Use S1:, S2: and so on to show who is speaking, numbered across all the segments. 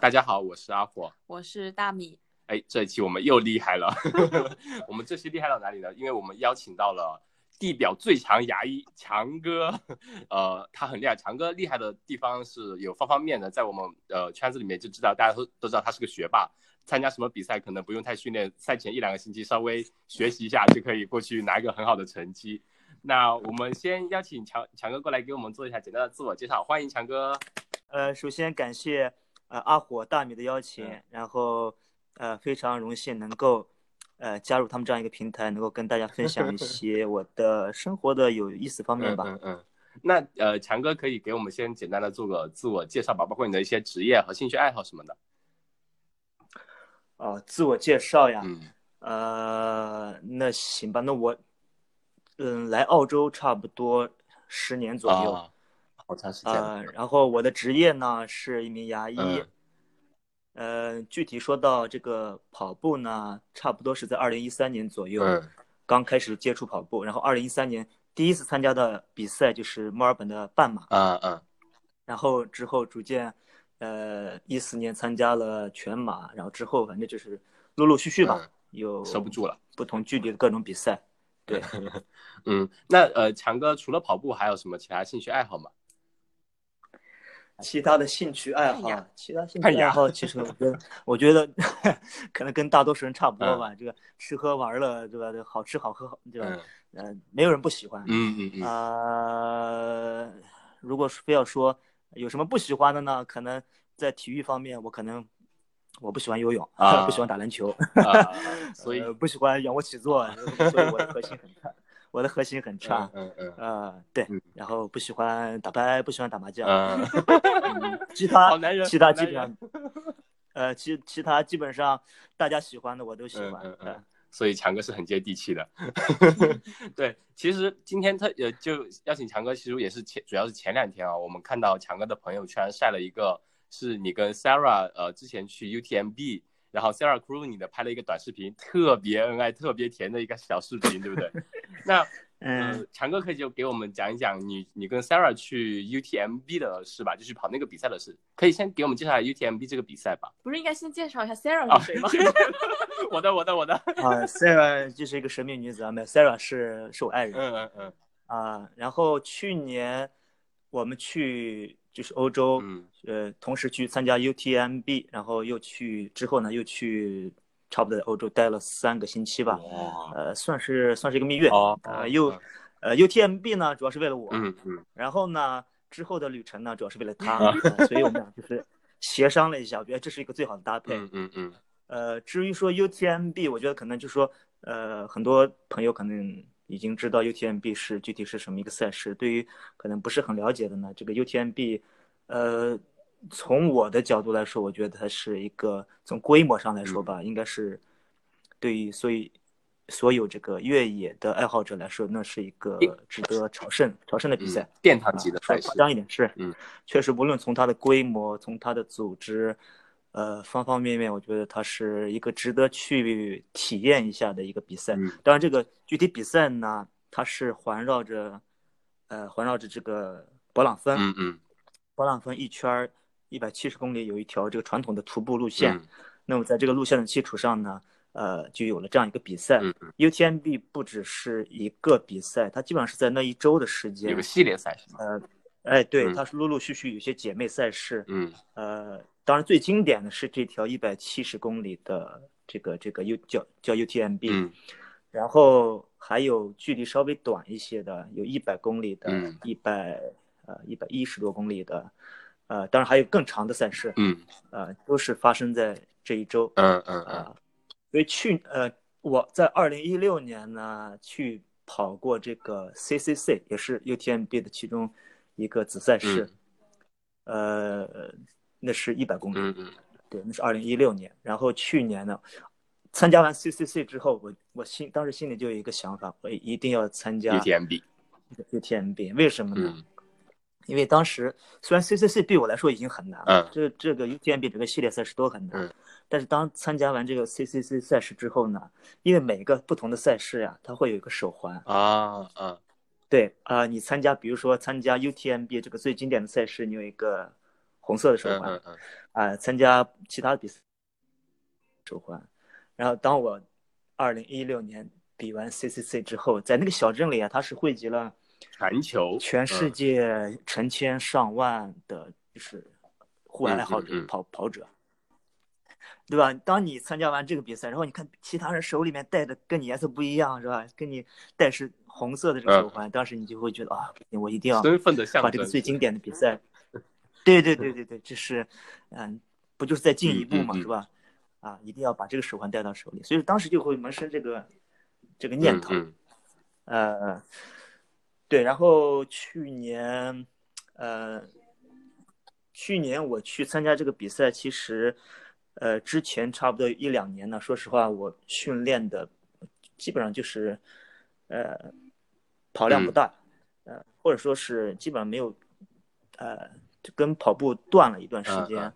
S1: 大家好，我是阿火。
S2: 我是大米。
S1: 哎，这一期我们又厉害了， 我们这期厉害到哪里呢？因为我们邀请到了地表最强牙医强哥，呃，他很厉害。强哥厉害的地方是有方方面面的，在我们呃圈子里面就知道，大家都都知道他是个学霸。参加什么比赛可能不用太训练，赛前一两个星期稍微学习一下就可以过去拿一个很好的成绩。那我们先邀请强强哥过来给我们做一下简单的自我介绍，欢迎强哥。
S3: 呃，首先感谢呃阿火大米的邀请，
S1: 嗯
S3: 然后呃非常荣幸能够呃加入他们这样一个平台，能够跟大家 分享一些我的生活的有意思方面吧。
S1: 嗯嗯嗯。那呃，强哥可以给我们先简单的做个自我介绍吧，包括你的一些职业和兴趣爱好什么的。
S3: 啊、自我介绍呀，
S1: 嗯
S3: 呃，那行吧，那我嗯来澳洲差不多十年左右，
S1: 啊，好长时间了。
S3: 呃，然后我的职业呢是一名牙医。
S1: 嗯
S3: 呃，具体说到这个跑步呢，差不多是在二零一三年左右，
S1: 嗯
S3: 刚开始接触跑步，然后二零一三年第一次参加的比赛就是墨尔本的半马，
S1: 嗯嗯
S3: 然后之后逐渐，呃，一四年参加了全马，然后之后反正就是陆陆续续吧，有
S1: 嗯，收不住了。
S3: 不同距离的各种比赛。对，
S1: 嗯，那呃，强哥除了跑步还有什么其他兴趣爱好吗？
S3: 其他的兴趣爱
S2: 看
S3: 好
S2: 牙，
S3: 其他兴
S1: 看
S3: 趣
S1: 牙
S3: 爱好，其实我跟我觉得 可能跟大多数人差不多吧，这个吃喝玩乐，对吧？这好吃好喝，好对吧？
S1: 嗯
S3: 呃，没有人不喜欢。
S1: 嗯嗯嗯
S3: 呃，如果是非要说有什么不喜欢的呢？可能在体育方面，我可能我不喜欢游泳，
S1: 啊
S3: 不喜欢打篮球，
S1: 啊， 所以
S3: 呃不喜欢仰卧起坐， 所以我的核心很差，我的核心很差。
S1: 嗯嗯
S3: 呃，对
S1: 嗯，
S3: 然后不喜欢打牌，不喜欢打麻将，
S1: 嗯，
S3: 嗯其
S1: 好
S3: 他
S1: 男人，
S3: 其他
S1: 好
S3: 基
S1: 男
S3: 本
S1: 人
S3: 上，呃，其其他基本上大家喜欢的我都喜
S1: 嗯
S3: 欢。
S1: 嗯
S3: 呃
S1: 嗯，所以强哥是很接地气的。对，其实今天特呃就邀请强哥，其实也是前主要是前两天啊，我们看到强哥的朋友圈晒了一个是你跟 Sarah 呃之前去 UTMB，然后 Sarah Crew 你的拍了一个短视频，特别恩爱、特别甜的一个小视频，对不对？那呃
S3: 嗯，
S1: 强哥可以就给我们讲一讲你你跟 Sarah 去 UTMB 的事吧，就是跑那个比赛的事，可以先给我们介绍一下 UTMB 这个比赛吧。
S2: 不是应该先介绍一下 Sarah
S1: 啊
S2: 哦是谁 吗？，
S1: 我的我的我的，
S3: 啊，Sarah 就是一个神秘女子啊，没有 Sarah 是是我爱人。
S1: 嗯嗯嗯
S3: 啊，然后去年我们去就是欧洲，
S1: 嗯
S3: 呃，同时去参加 UTMB，然后又去之后呢，又去差不多在欧洲待了三个星期吧，
S1: 哇
S3: 呃，算是算是一个蜜月，
S1: 哦
S3: 呃，又呃 UTMB 呢，主要是为了我，
S1: 嗯嗯
S3: 然后呢之后的旅程呢，主要是为了他，
S1: 啊
S3: 呃所以我们俩就是协商了一下，我觉得这是一个最好的搭配。
S1: 嗯嗯嗯
S3: 呃，至于说 UTMB，我觉得可能就说，呃，很多朋友可能已经知道 UTMB 是具体是什么一个赛事。对于可能不是很了解的呢，这个 UTMB，呃，从我的角度来说，我觉得它是一个从规模上来说吧，应该是对于所以所有这个越野的爱好者来说，那是一个值得朝圣朝圣的比赛。
S1: 嗯，殿堂
S3: 啊
S1: 级的
S3: 说
S1: 赛事
S3: 夸，张一点是，
S1: 嗯，
S3: 确实，无论从它的规模，从它的组织，呃，方方面面，我觉得它是一个值得去体验一下的一个比赛。
S1: 嗯
S3: 当然，这个具体比赛呢，它是环绕着，呃，环绕着这个勃朗峰，
S1: 嗯嗯
S3: 勃朗峰一圈一百七十公里有一条这个传统的徒步路线。
S1: 嗯
S3: 那么在这个路线的基础上呢，呃，就有了这样一个比赛。
S1: 嗯嗯，
S3: UTMB 不只是一个比赛，它基本上是在那一周的时间
S1: 有个系列赛是吗？
S3: 呃，哎，对，
S1: 嗯
S3: 它是陆陆续续有些姐妹赛事。
S1: 嗯
S3: 呃，当然最经典的是这条一百七十公里的这个这个 U 叫叫 UTMB，、
S1: 嗯
S3: 然后还有距离稍微短一些的，有一百公里的
S1: 嗯，
S3: 一百、呃一百一十多公里的，呃，当然还有更长的赛事，
S1: 嗯
S3: 呃，都是发生在这一周。
S1: 嗯嗯嗯
S3: 所以去呃，我在二零一六年呢去跑过这个 CCC，也是 UTMB 的其中一个子赛事，呃，那是一百公里，
S1: 嗯嗯
S3: 对，那是二零一六年。然后去年呢，参加完 CCC 之后，我我心当时心里就有一个想法，我一定要参加
S1: ，UTMB，
S3: UTMB，为什么呢？
S1: 嗯
S3: 因为当时虽然 CCC 对我来说已经很难了，
S1: 嗯
S3: 这这个 UTMB 整个系列赛事都很难，
S1: 嗯
S3: 但是当参加完这个 CCC 赛事之后呢，因为每个不同的赛事呀、它会有一个手环，
S1: 啊啊
S3: 对啊、呃你参加比如说参加 UTMB 这个最经典的赛事，你有一个红色的手
S1: 嗯
S3: 环
S1: 嗯嗯，
S3: 啊、参加其他的比赛手环。然后当我二零一六年比完 CCC 之后，在那个小镇里啊，它是汇集了
S1: 全球
S3: 全世界成千上万的，就是户外爱好者、
S1: 嗯嗯嗯
S3: 跑跑者，对吧？当你参加完这个比赛，然后你看其他人手里面戴的跟你颜色不一样，是吧？跟你戴是红色的这个
S1: 嗯
S3: 手环，当时你就会觉得啊，不行我一定要
S1: 身份的象征
S3: 把这个最经典的比赛，对对对对对，这是，嗯，不就是再进一步嘛，
S1: 嗯嗯嗯
S3: 是吧？啊，一定要把这个手环戴到手里，所以当时就会萌生这个这个念头。
S1: 嗯嗯
S3: 呃，对，然后去年，呃，去年我去参加这个比赛，其实，呃，之前差不多一两年呢，说实话，我训练的基本上就是，呃，跑量不
S1: 嗯
S3: 大，呃，或者说是基本上没有，呃，就跟跑步断了一段时
S1: 嗯
S3: 间
S1: 嗯，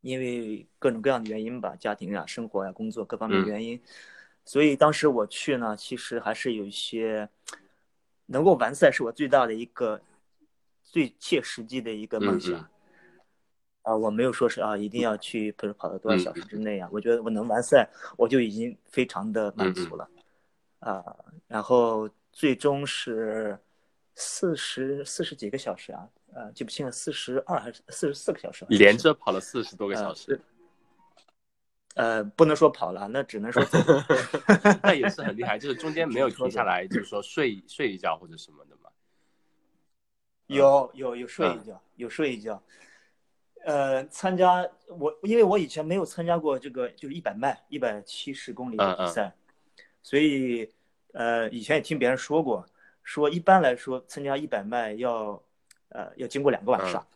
S3: 因为各种各样的原因吧，家庭呀、生活呀、工作各方面
S1: 嗯
S3: 原因，所以当时我去呢，其实还是有一些能够完赛是我最大的一个最切实际的一个梦
S1: 嗯
S3: 想。
S1: 嗯
S3: 啊，我没有说是啊，一定要去，比如跑到多少
S1: 嗯
S3: 小时之内啊。我觉得我能完赛，我就已经非常的满
S1: 嗯
S3: 足了。啊，然后最终是四十四十几个小时啊，呃，记不清了，四十二还是四十四个小时好像是？
S1: 连着跑了四十多个小时，
S3: 呃，不能说跑了，那只能说走
S1: 那也是很厉害，就是中间没有停下来，就是说睡睡一觉或者什么的嘛。
S3: 有有有睡一
S1: 嗯
S3: 觉，有睡一觉。呃，参加我，因为我以前没有参加过这个，就是一百迈、一百七十公里的
S1: 嗯
S3: 比
S1: 嗯
S3: 赛，所以呃，以前也听别人说过，说一般来说参加一百迈要呃要经过两个晚
S1: 嗯
S3: 上，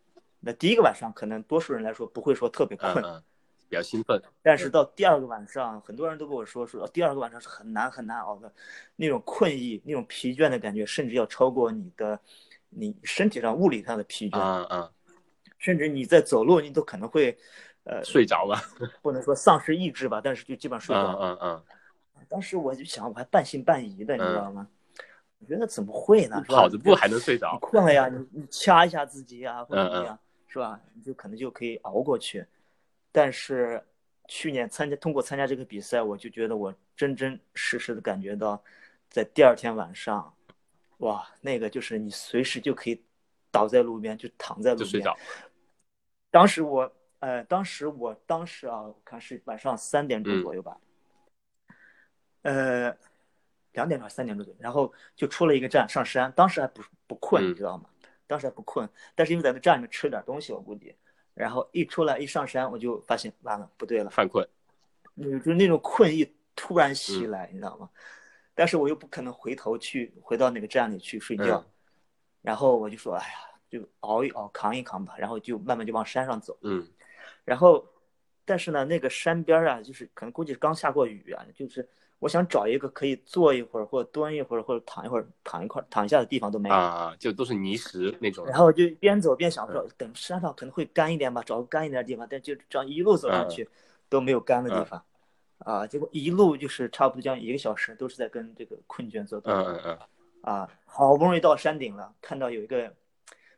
S3: 那第一个晚上可能多数人来说不会说特别
S1: 嗯
S3: 困，
S1: 嗯，比较兴奋。
S3: 但是到第二个晚上，很多人都跟我说说，第二个晚上是很难很难熬的，那种困意、那种疲倦的感觉，甚至要超过你的你身体上物理上的疲倦，
S1: 嗯嗯，
S3: 甚至你在走路，你都可能会，呃，
S1: 睡着了。
S3: 不能说丧失意志吧，但是就基本上
S1: 嗯
S3: 睡着了。
S1: 嗯嗯，
S3: 当时我就想，我还半信半疑的，你知
S1: 嗯
S3: 道吗？我觉得怎么会呢？是吧
S1: 跑着步还能睡
S3: 你
S1: 着。
S3: 困了呀，你你掐一下自己呀，或者怎
S1: 嗯
S3: 么
S1: 嗯
S3: 样，是吧？你就可能就可以熬过去。但是去年参加通过参加这个比赛，我就觉得我真真实实的感觉到，在第二天晚上，哇，那个就是你随时就可以倒在路边，就躺在路
S1: 就睡
S3: 边。
S1: 着，
S3: 当时我呃，当时我当时啊，我看是晚上三点钟
S1: 嗯
S3: 左右吧，呃，两点钟还是三点钟左右，然后就出了一个站上山，当时还不不困，
S1: 嗯
S3: 你知道吗？当时还不困，但是因为在那站里面吃了点东西，我估计，然后一出来一上山，我就发现完了，不对了，
S1: 犯困。
S3: 那就是那种困意突然袭
S1: 嗯
S3: 来，你知道吗？但是我又不可能回头去回到那个站里去睡觉，
S1: 嗯
S3: 然后我就说，哎呀，就熬一熬，扛一扛吧，然后就慢慢就往山上走。
S1: 嗯
S3: 然后，但是呢，那个山边儿啊，就是可能估计是刚下过雨啊，就是我想找一个可以坐一会儿，或者蹲一会儿，或者躺一会儿、躺一块儿、躺一下的地方都没有。
S1: 啊，就都是泥石那种。
S3: 哎然后就边走边想
S1: 嗯
S3: 说，等山上可能会干一点吧，找个干一点的地方。但就这样一路走
S1: 嗯
S3: 上去，都没有干的地方，啊，结果一路就是差不多将近一个小时，都是在跟这个困倦作
S1: 嗯
S3: 斗。
S1: 嗯嗯
S3: 啊，好不容易到山顶了，看到有一个，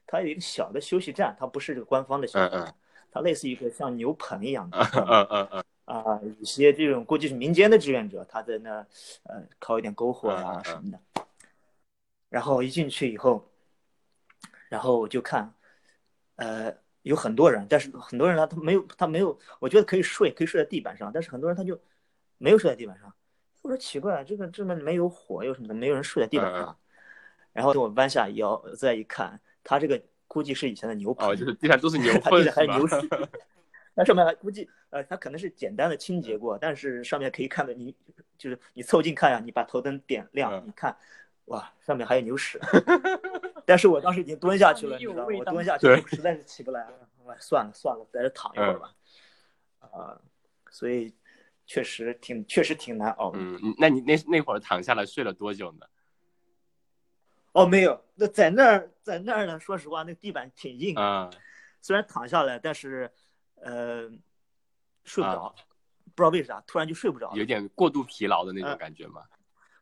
S3: 它有一个小的休息站，它不是这个官方的休息站，
S1: 嗯
S3: 它类似于一个像牛棚一 样的。
S1: 嗯嗯嗯
S3: 啊，有些这种估计是民间的志愿者，他在那儿呃烤一点篝火呀、
S1: 嗯嗯嗯
S3: 什么的。然后一进去以后，然后我就看，呃，有很多人，但是很多人呢，他没有，他没有，我觉得可以睡，可以睡在地板上，但是很多人他就没有睡在地板上。我说奇怪，啊这个这边没有火，有什么的，没有人睡在地板
S1: 嗯嗯
S3: 上。然后我弯下腰再一看，他这个估计是以前的 牛棚，
S1: 哦，就是地上都是牛
S3: 它地
S1: 粪
S3: 上还
S1: 是
S3: 有
S1: 吧？
S3: 牛屎， 嗯那上面还估计呃，它可能是简单的清洁过，但是上面可以看到你，就是你凑近看呀、你把头灯点亮
S1: 嗯，
S3: 你看，哇，上面还有牛屎。 但是我当时已经蹲下去了，
S2: 上面
S3: 你
S2: 有
S3: 知道吗？
S2: 味
S3: 我
S2: 道
S3: 蹲下去，
S1: 对
S3: 我实在是起不来了，我算了算了，在这躺一会儿吧。啊，所以确实挺确实挺难熬的。
S1: 嗯，那你那那会儿躺下来睡了多久呢？
S3: 哦，没有，那在那儿在那儿呢，说实话，那地板挺硬的，
S1: 啊，
S3: 虽然躺下来，但是呃睡不
S1: 啊
S3: 着，不知道为啥，突然就睡不着了。
S1: 有点过度疲劳的那
S3: 嗯
S1: 种感觉嘛，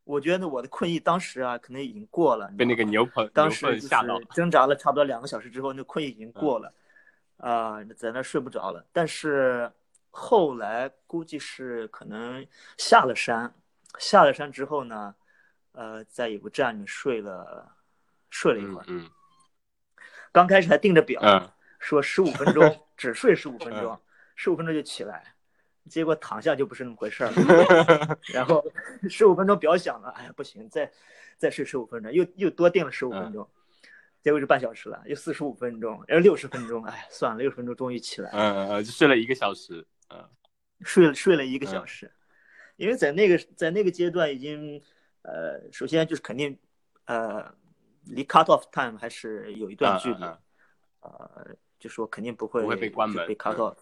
S3: 我觉得我的困意当时啊，可能已经过了，你知
S1: 被那
S3: 道
S1: 个
S3: 吗
S1: 牛棚
S3: 当
S1: 牛
S3: 时
S1: 粪
S3: 就是
S1: 吓到。嗯
S3: 挣扎了差不多两个小时之后，那困意已经过了，啊、在那儿睡不着了。但是后来估计是可能下了山，下了山之后呢，呃，在有个站里面睡了睡了一会
S1: 嗯
S3: 儿。
S1: 嗯
S3: 刚开始还定着表，
S1: 嗯
S3: 说十五分钟只睡十五分钟，十五分钟就起来，结果躺下就不是那么回事儿了。然后十五分钟表响了，哎呀不行，再再睡十五分钟，又又多定了十五分钟，结果就半小时了，又四十五分钟，然后六十分钟，哎呀算了，六十分钟终于起来了，
S1: 嗯嗯，就睡了一个小时，嗯
S3: 睡了睡了一个小时，因为在那个在那个阶段已经呃，首先就是肯定呃离 cut off time 还是有一段距离。
S1: 嗯嗯
S3: 呃，就说肯定不会
S1: 不会被关门
S3: 就被 cut
S1: 嗯
S3: off。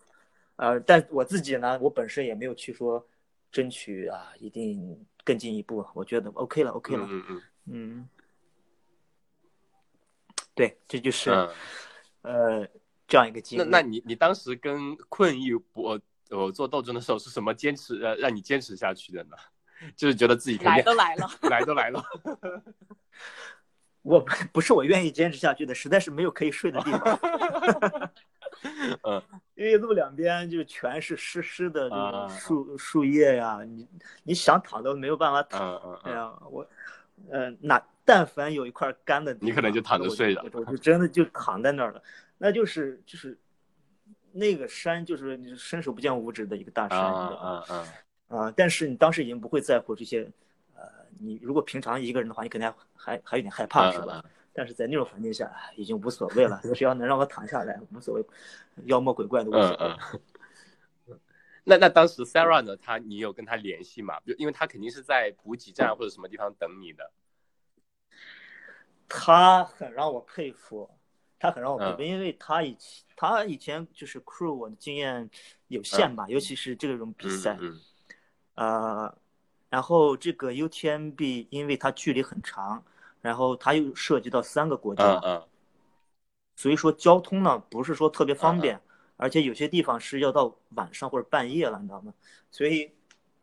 S3: 呃，但我自己呢，我本身也没有去说争取啊，一定更进一步。我觉得 OK 了，OK 了，
S1: 嗯嗯
S3: 嗯，对，这就是、
S1: 嗯。
S3: 呃这样一个经
S1: 那
S3: 历。
S1: 那你你当时跟困意搏呃做斗争的时候是什么坚持呃让你坚持下去的呢？ 就是觉得自己肯
S2: 来
S1: 定
S2: 都来了，
S1: 来都来了，
S3: 我不是我愿意坚持下去的，实在是没有可以睡的地方。
S1: 嗯，
S3: 因为路两边就全是湿湿的这
S1: 啊
S3: 种树、树叶呀、你你想躺都没有办法躺。
S1: 嗯嗯
S3: 哎
S1: 嗯，
S3: 呀，我，呃，哪但凡有一块干的地方，
S1: 你可能就躺着睡着
S3: 我就我就真的就躺在那儿了。那就是就是，那个山就是你伸手不见五指的一个大山，你知道吧
S1: 啊啊啊，
S3: 啊，但是你当时已经不会在乎这些，呃，你如果平常一个人的话，你肯定还还还有点害
S1: 嗯
S3: 怕，是吧？但是在那种环境下，哎已经无所谓了，只要能让我躺下来，无所谓，妖魔鬼怪都无
S1: 嗯
S3: 所谓
S1: 嗯。。那那当时 Sarah 呢？她你有跟她联系吗？就因为她肯定是在补给站啊或者什么地方等你的。
S3: 他很让我佩服，他很让我佩服，
S1: 嗯
S3: 因为他以前他以前就是 crew 我的经验有限吧，尤其是啊这种比赛，
S1: 嗯
S3: 呃，然后这个 UTMB 因为它距离很长，然后它又涉及到三个国家，
S1: 嗯嗯
S3: 所以说交通呢不是说特别
S1: 嗯
S3: 方便，而且有些地方是要到晚上或者半夜了，你知道吗？所以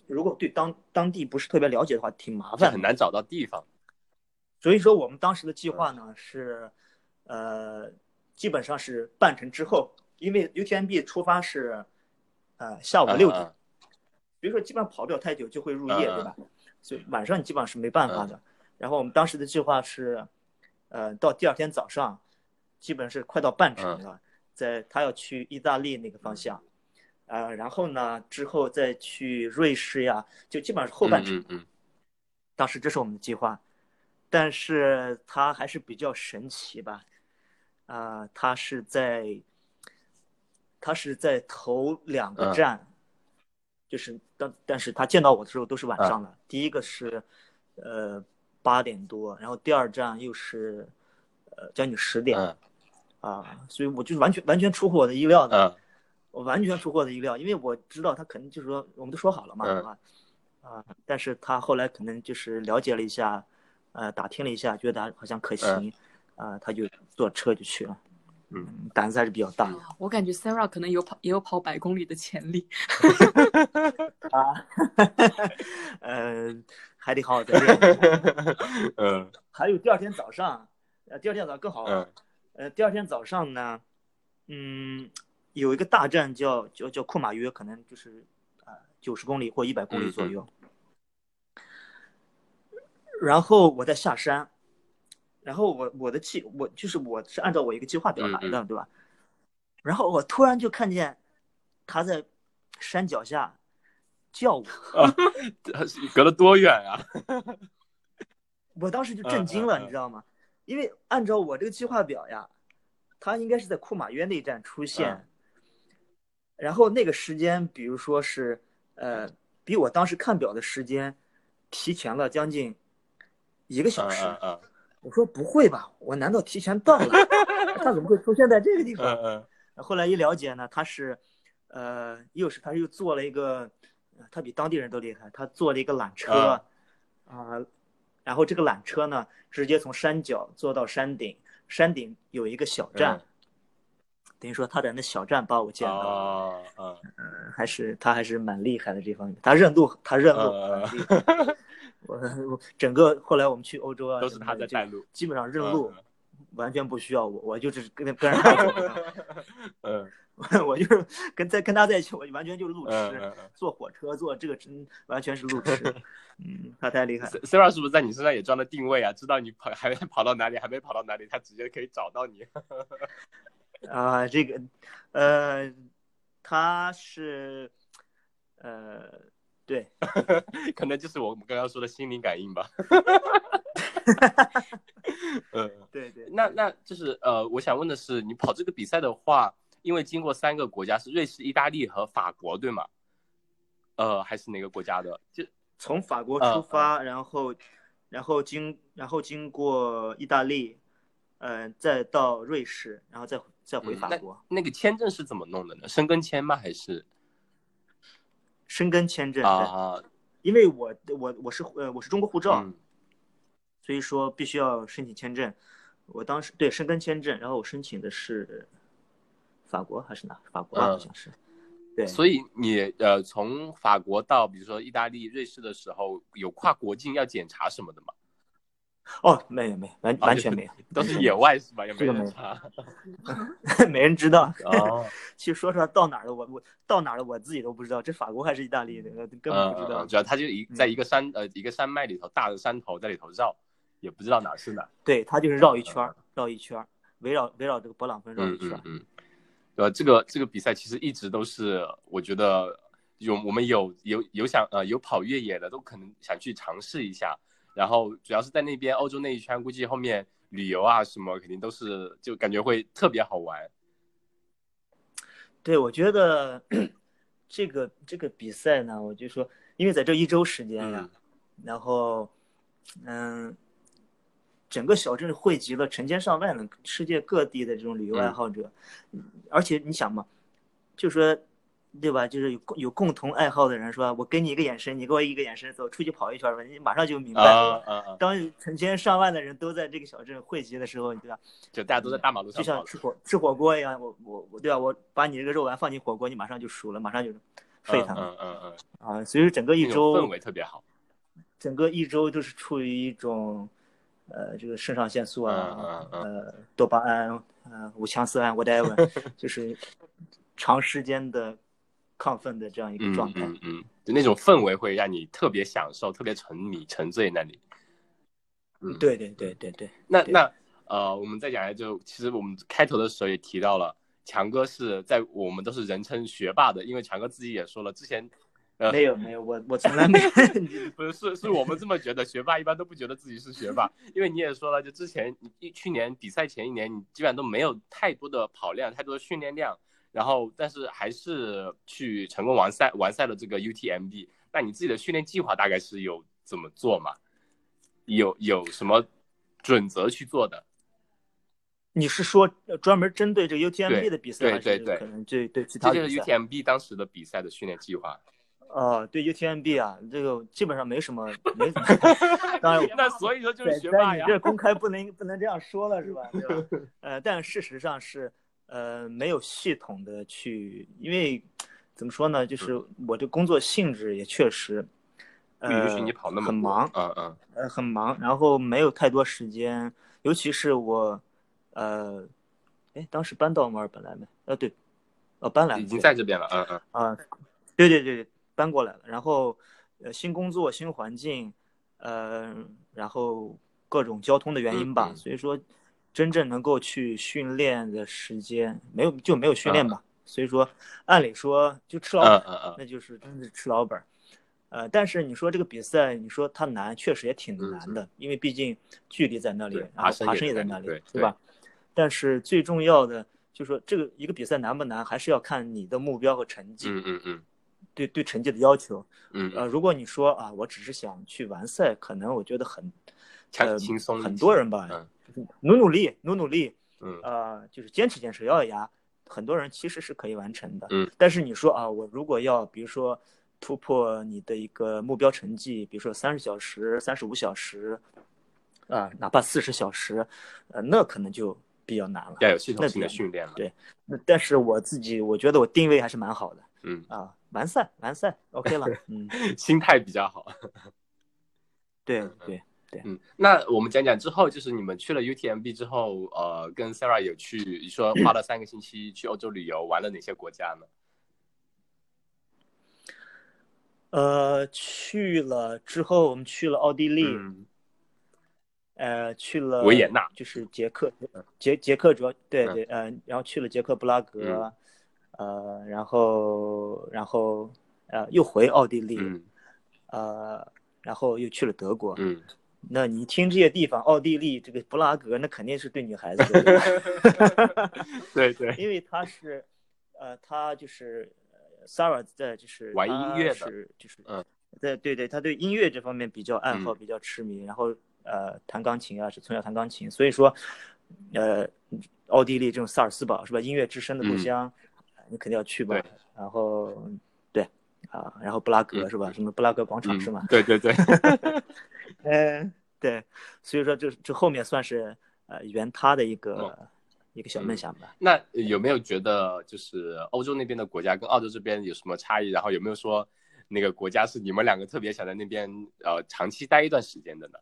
S3: 如果对当当地不是特别了解的话，挺
S1: 嗯，
S3: 麻
S1: 就
S3: 烦的
S1: 很。难找到地方。
S3: 所以说我们当时的计划
S1: 嗯
S3: 呢是，呃，基本上是半程之后，因为 UTMB 出发是，呃，下午
S1: 嗯
S3: 六点，所以说基本上跑不了太久就会入夜，
S1: 嗯嗯
S3: 对吧？所以晚上你基本上是没办法的。然后我们当时的计划是，呃，到第二天早上，基本是快到半程了，在他要去意大利那个方向，呃，然后呢之后再去瑞士呀，就基本上是后半程。
S1: 嗯嗯
S3: 当时这是我们的计划，但是它还是比较神奇吧，啊、它是在，它是在头两个
S1: 嗯
S3: 站，就是但但是他见到我的时候都是晚
S1: 嗯
S3: 上了，第一个是，呃八点多，然后第二站又是，呃将近十点
S1: 嗯
S3: 啊，所以我就完全完全出乎我的意料的，
S1: 嗯
S3: 我完全出乎我的意料，因为我知道他肯定就是说我们都说好了嘛，
S1: 嗯
S3: 对吧？啊、但是他后来可能就是了解了一下，呃，打听了一下，觉得好像可
S1: 嗯
S3: 行，啊、他就坐车就去了。嗯，胆子还是比较大的
S2: 我感觉 Sarah 可能有跑也有跑百公里的潜力。
S3: 啊， 呃，还得好好再练。
S1: 嗯嗯
S3: 还有第二天早上，呃，第二天早上更好玩。
S1: 嗯
S3: 呃，第二天早上呢，嗯，有一个大站叫叫叫库马约，可能就是呃九十公里或一百公里左右。然后我再下山，然后我我的计我就是我是按照我一个计划表来的，对吧？然后我突然就看见他在山脚下叫我，
S1: 隔了多远 啊？
S3: 我当时就震惊
S1: 嗯
S3: 了，
S1: 嗯嗯
S3: 你知道吗？因为按照我这个计划表呀，他应该是在库马约那一站出现，
S1: 嗯
S3: 然后那个时间，比如说是呃，比我当时看表的时间提前了将近一个小时。
S1: 嗯嗯
S3: 我说不会吧，我难道提前 到了？他怎么会出现在这个地方？
S1: 嗯嗯
S3: 后来一了解呢，他是，呃，又是他又做了一个，呃他比当地人都厉害，他做了一个缆车，啊
S1: 啊、
S3: 然后这个缆车呢，直接从山脚坐到山顶，山顶有一个小站，
S1: 嗯
S3: 等于说他在那小站把我见到了，
S1: 哦嗯
S3: 嗯还是他还是蛮厉害的这方面，他认路他认路
S1: 嗯
S3: 很厉害， 我我整个后来我们去欧洲啊，
S1: 都是他在带，路。嗯
S3: 基本上认路，完全不需要我，我就只是跟跟人打
S1: 嗯
S3: 我就是跟在跟他在一起，我完全就是路
S1: 嗯
S3: 痴，
S1: 嗯嗯
S3: 坐火车坐这个真完全是路痴， 嗯，他太厉害了。
S1: ，Sa-，Sarah 是不是在你身上也装了定位啊？知道你跑还没跑到哪里，还没跑到哪里，他直接可以找到你。
S3: 啊、这个，呃，他是，呃，对，
S1: 可能就是我们刚刚说的心灵感应 吧。 嗯，
S3: 对对，
S1: 那那就是呃，我想问的是，你跑这个比赛的话，因为经过三个国家是瑞士、意大利和法国，对吗？呃，还是哪个国家的？就
S3: 从法国
S1: 呃
S3: 出发，然后，然后经，然后经过意大利，嗯、再到瑞士，然后再再回
S1: 嗯
S3: 法国，
S1: 那个签证是怎么弄的呢？申根签吗？还是
S3: 申根签证，对
S1: 啊？
S3: 因为我我我是呃我是中国护照，
S1: 嗯
S3: 所以说必须要申请签证。我当时对申根签证，然后我申请的是法国还是哪？法国吧，
S1: 嗯
S3: 好像是。对，
S1: 所以你呃，从法国到比如说意大利、瑞士的时候，有跨国境要检查什么的吗？
S3: 哦，没有没有，完
S1: 啊
S3: 完
S1: 就
S3: 全
S1: 是
S3: 没有，
S1: 都
S3: 完
S1: 是
S3: 全
S1: 野外是吧？也没
S3: 这个
S1: 人
S3: 没有
S1: 查。
S3: 没人知道。
S1: 哦，
S3: 其实说实话，到哪儿了我我到哪儿了我自己都不知道，这法国还是意大利的，呃根本不
S1: 嗯
S3: 知
S1: 嗯
S3: 道
S1: 嗯。主要它就一在一个山、呃一个山脉里头，大的山头在里头绕，也不知道哪是哪。
S3: 对，他就是绕一圈儿，绕一圈儿，围绕围绕这个勃朗峰绕一圈儿。
S1: 嗯，对吧？这个这个比赛其实一直都是，我觉得有我们有有有想呃有跑越野的都可能想去尝试一下，然后主要是在那边欧洲那一圈，估计后面旅游啊什么肯定都是就感觉会特别好玩。
S3: 对，我觉得 这个这个比赛呢，我就说，因为在这一周时间呀、
S1: 嗯
S3: 然后，嗯，整个小镇汇集了成千上万的世界各地的这种旅游
S1: 嗯
S3: 爱好者，嗯而且你想嘛，就说，对吧？就是有共有共同爱好的人说，我给你一个眼神，你给我一个眼神，走出去跑一圈吧，你马上就明白
S1: 啊
S3: 了。
S1: 啊啊！
S3: 当成千上万的人都在这个小镇汇集的时候，你知道，
S1: 就大家都在大马路
S3: 就
S1: 上
S3: 像
S1: 跑
S3: 吃火吃火锅一样，我我我对啊，我把你这个肉丸放进火锅，你马上就熟了，马上就沸腾了、
S1: 嗯嗯嗯，
S3: 啊！所以说整个一
S1: 那种氛
S3: 周，
S1: 围特别好。
S3: 整个一周都是处于一种，呃，这个肾上腺素啊
S1: 嗯，嗯
S3: 呃，多巴胺，呃，五羟色胺，whatever，就是 长时间的亢奋的这样一个
S1: 嗯
S3: 状态。
S1: 嗯嗯，就那种氛围会让你特别享受，特别沉迷沉醉那里。嗯，
S3: 对对对对对，
S1: 那
S3: 对
S1: 那呃，我们再讲一下，就其实我们开头的时候也提到了，强哥是在我们都是人称学霸的，因为强哥自己也说了，之前呃
S3: 没有没有，我我从 来没有
S1: 不是是是我们这么觉得， 学霸一般都不觉得自己是学霸，因为你也说了，就之前你一去年比赛前一年，你基本上都没有太多的跑量，太多的训练量，然后但是还是去成功完赛完赛了这个 UTMB，那你自己的训练计划大概是有怎么做嘛？有有什么准则去做的？
S3: 你是说专门针对这个 UTMB 的比赛，
S1: 对
S3: 还
S1: 对
S3: 是
S1: 对
S3: 可能对对其他
S1: 这
S3: 比
S1: 就
S3: 赛？
S1: 是 UTMB 当时的比赛的训练计划。
S3: 哦，对 UTMB 啊，这个基本上没什么， 没怎么。 当然，
S1: 那所以说就是
S3: 在
S1: 学
S3: 在
S1: 霸
S3: 你
S1: 呀。
S3: 这公开不能不能这样说了，是吧？对 吧？呃，但事实上是，呃，没有系统的去，因为怎么说呢，就是我这工作性质也确实，
S1: 嗯不
S3: 呃，
S1: 允许你跑那么
S3: 很
S1: 多
S3: 忙，
S1: 嗯嗯
S3: 呃，很忙，然后没有太多时间，尤其是我，呃，哎，当时搬到墨尔本来没？呃，对，呃，搬来了，
S1: 已经
S3: 对
S1: 在这边了，嗯嗯
S3: 啊，对对对，对，搬过来了。然后，呃，新工作、新环境，呃，然后各种交通的原因吧，
S1: 嗯嗯
S3: 所以说真正能够去训练的时间没有，就没有训练吧。所以说，按理说就吃老
S1: 嗯嗯
S3: 本，
S1: 嗯，
S3: 那就是真是吃老本。儿。呃，但是你说这个比赛，你说它难，确实也挺
S1: 嗯
S3: 难的，因为毕竟距离在那里，
S1: 对
S3: 然后
S1: 爬升
S3: 爬
S1: 也
S3: 升也
S1: 在
S3: 在
S1: 那
S3: 那
S1: 里
S3: 里，
S1: 对
S3: 对吧？但是最重要的就是说，这个一个比赛难不难，还是要看你的目标和成绩。
S1: 嗯嗯嗯
S3: 对对成绩的要求。
S1: 嗯
S3: 呃，
S1: 嗯，
S3: 如果你说啊，我只是想去完赛，可能我觉得很，
S1: 强
S3: 呃
S1: 轻松一
S3: 很
S1: 些
S3: 多人吧，
S1: 嗯
S3: 努努力，努努力，
S1: 嗯
S3: 呃，就是坚持坚持，咬咬牙，很多人其实是可以完成的。
S1: 嗯，
S3: 但是你说啊，我如果要，比如说突破你的一个目标成绩，比如说三十小时、三十五小时，啊、哪怕四十小时，呃，那可能就比较难了。
S1: 要有系统性的训练了，
S3: 对那但是我自己，我觉得我定位还是蛮好的
S1: 嗯，
S3: 啊，完赛完赛，OK 了，嗯。
S1: 心态比较好，
S3: 对
S1: 嗯
S3: 对，对，
S1: 嗯，那我们讲讲之后，就是你们去了 UTMB 之后，呃，跟 Sarah 有去说花了三个星期去欧洲旅游，玩了哪些国家呢？
S3: 呃，去了之后，我们去了奥地利，呃，去了
S1: 嗯维也纳
S3: 就是捷克，捷捷克主要对
S1: 嗯
S3: 对，呃，然后去了捷克布拉格，呃，然后然后呃又回奥地利，
S1: 嗯
S3: 呃，然后又去了德国。
S1: 嗯，
S3: 那你听这些地方，奥地利这个布拉格，那肯定是对女孩子 的，
S1: 对对，
S3: 因为它是，呃，它就是呃 Sarah 在就是
S1: 玩音乐的
S3: 她是就是
S1: 嗯，
S3: 对对对，他对音乐这方面比较爱好，
S1: 嗯
S3: 比较痴迷，然后呃弹钢琴啊，是从小弹钢琴，所以说，呃，奥地利这种萨尔斯堡是吧，音乐之声的故
S1: 嗯
S3: 乡，你肯定要去吧
S1: 对。
S3: 然后对啊，然后布拉格
S1: 嗯
S3: 是吧？什么布拉格广场是吗
S1: 嗯？对对对，
S3: 嗯，对，所以说这这后面算是呃圆他的一
S1: 哦
S3: 个一个小梦想吧。
S1: 那有没有觉得就是欧洲那边的国家跟澳洲这边有什么差异？然后有没有说那个国家是你们两个特别想在那边呃长期待一段时间的呢？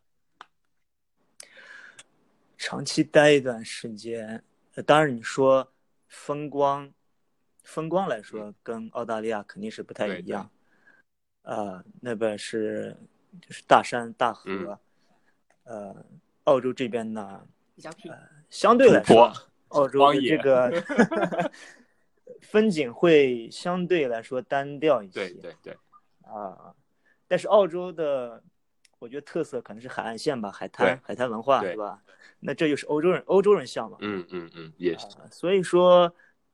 S3: 长期待一段时间，呃当然你说风光，风光来说跟澳大利亚肯定是不太
S1: 嗯对
S3: 一样。呃，那边是就是大山大
S1: 嗯
S3: 河，呃，澳洲这边呢，
S2: 比较平。
S3: 呃相对来
S1: 土
S3: 说
S1: 坡，
S3: 澳洲
S1: 荒
S3: 的
S1: 野
S3: 这个 风景会相对来说单调一些。
S1: 对对对，
S3: 啊，但是澳洲的，我觉得特色可能是海岸线吧，海滩
S1: 对
S3: 海滩文化
S1: 对
S3: 是吧？那这就是欧洲人欧洲人向往，
S1: 嗯嗯嗯，也是
S3: 啊所以说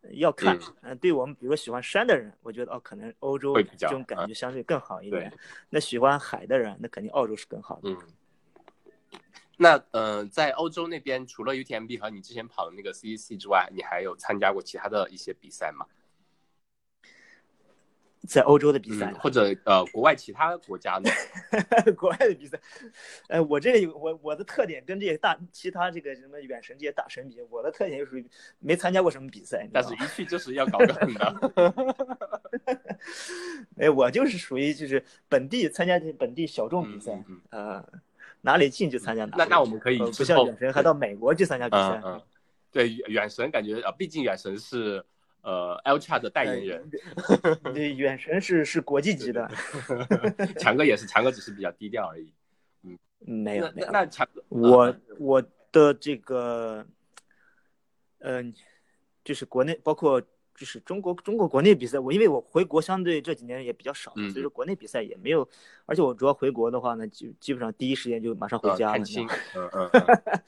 S3: 呃要看
S1: 嗯，
S3: 嗯，对我们比如说喜欢山的人，我觉得哦，可能欧洲
S1: 会比较啊
S3: 这种感觉相对更好一点
S1: 对。
S3: 那喜欢海的人，那肯定澳洲是更好的。
S1: 嗯。那呃，在欧洲那边，除了 UTMB 和你之前跑的那个 CEC 之外，你还有参加过其他的一些比赛吗？
S3: 在欧洲的比赛
S1: 嗯，，或者呃，国外其他国家呢？
S3: 国外的比赛，哎，我这个我我的特点跟这些大其他这个什么远神这些大神比，我的特点就属于没参加过什么比赛，你知
S1: 但
S3: 道
S1: 是
S3: 吗
S1: 一去就是要搞个狠 的。
S3: 哎，我就是属于就是本地参加本地小众比赛，
S1: 嗯嗯
S3: 呃，哪里近就参加哪里。
S1: 那那我们可以
S3: 呃
S1: 之
S3: 不像
S1: 后
S3: 远神还到美国去参加比赛
S1: 嗯，嗯，对，远远神感觉呃，毕竟远神是呃 L c h a 的代言人，
S3: 对， 这远神是是国际级的，
S1: 强哥也是，强哥只是比较低调而已。
S3: 嗯没有
S1: 那
S3: 没
S1: 那
S3: 有，
S1: 那强哥，呃
S3: 我我的这个，嗯、就是国内包括就是中国中国国内比赛，我因为我回国相对这几年也比较少，
S1: 嗯
S3: 所以说国内比赛也没有，而且我主要回国的话呢，基基本上第一时间就马上回
S1: 呃
S3: 家了，
S1: 看
S3: 你知道
S1: 清
S3: 吗，
S1: 嗯 嗯嗯，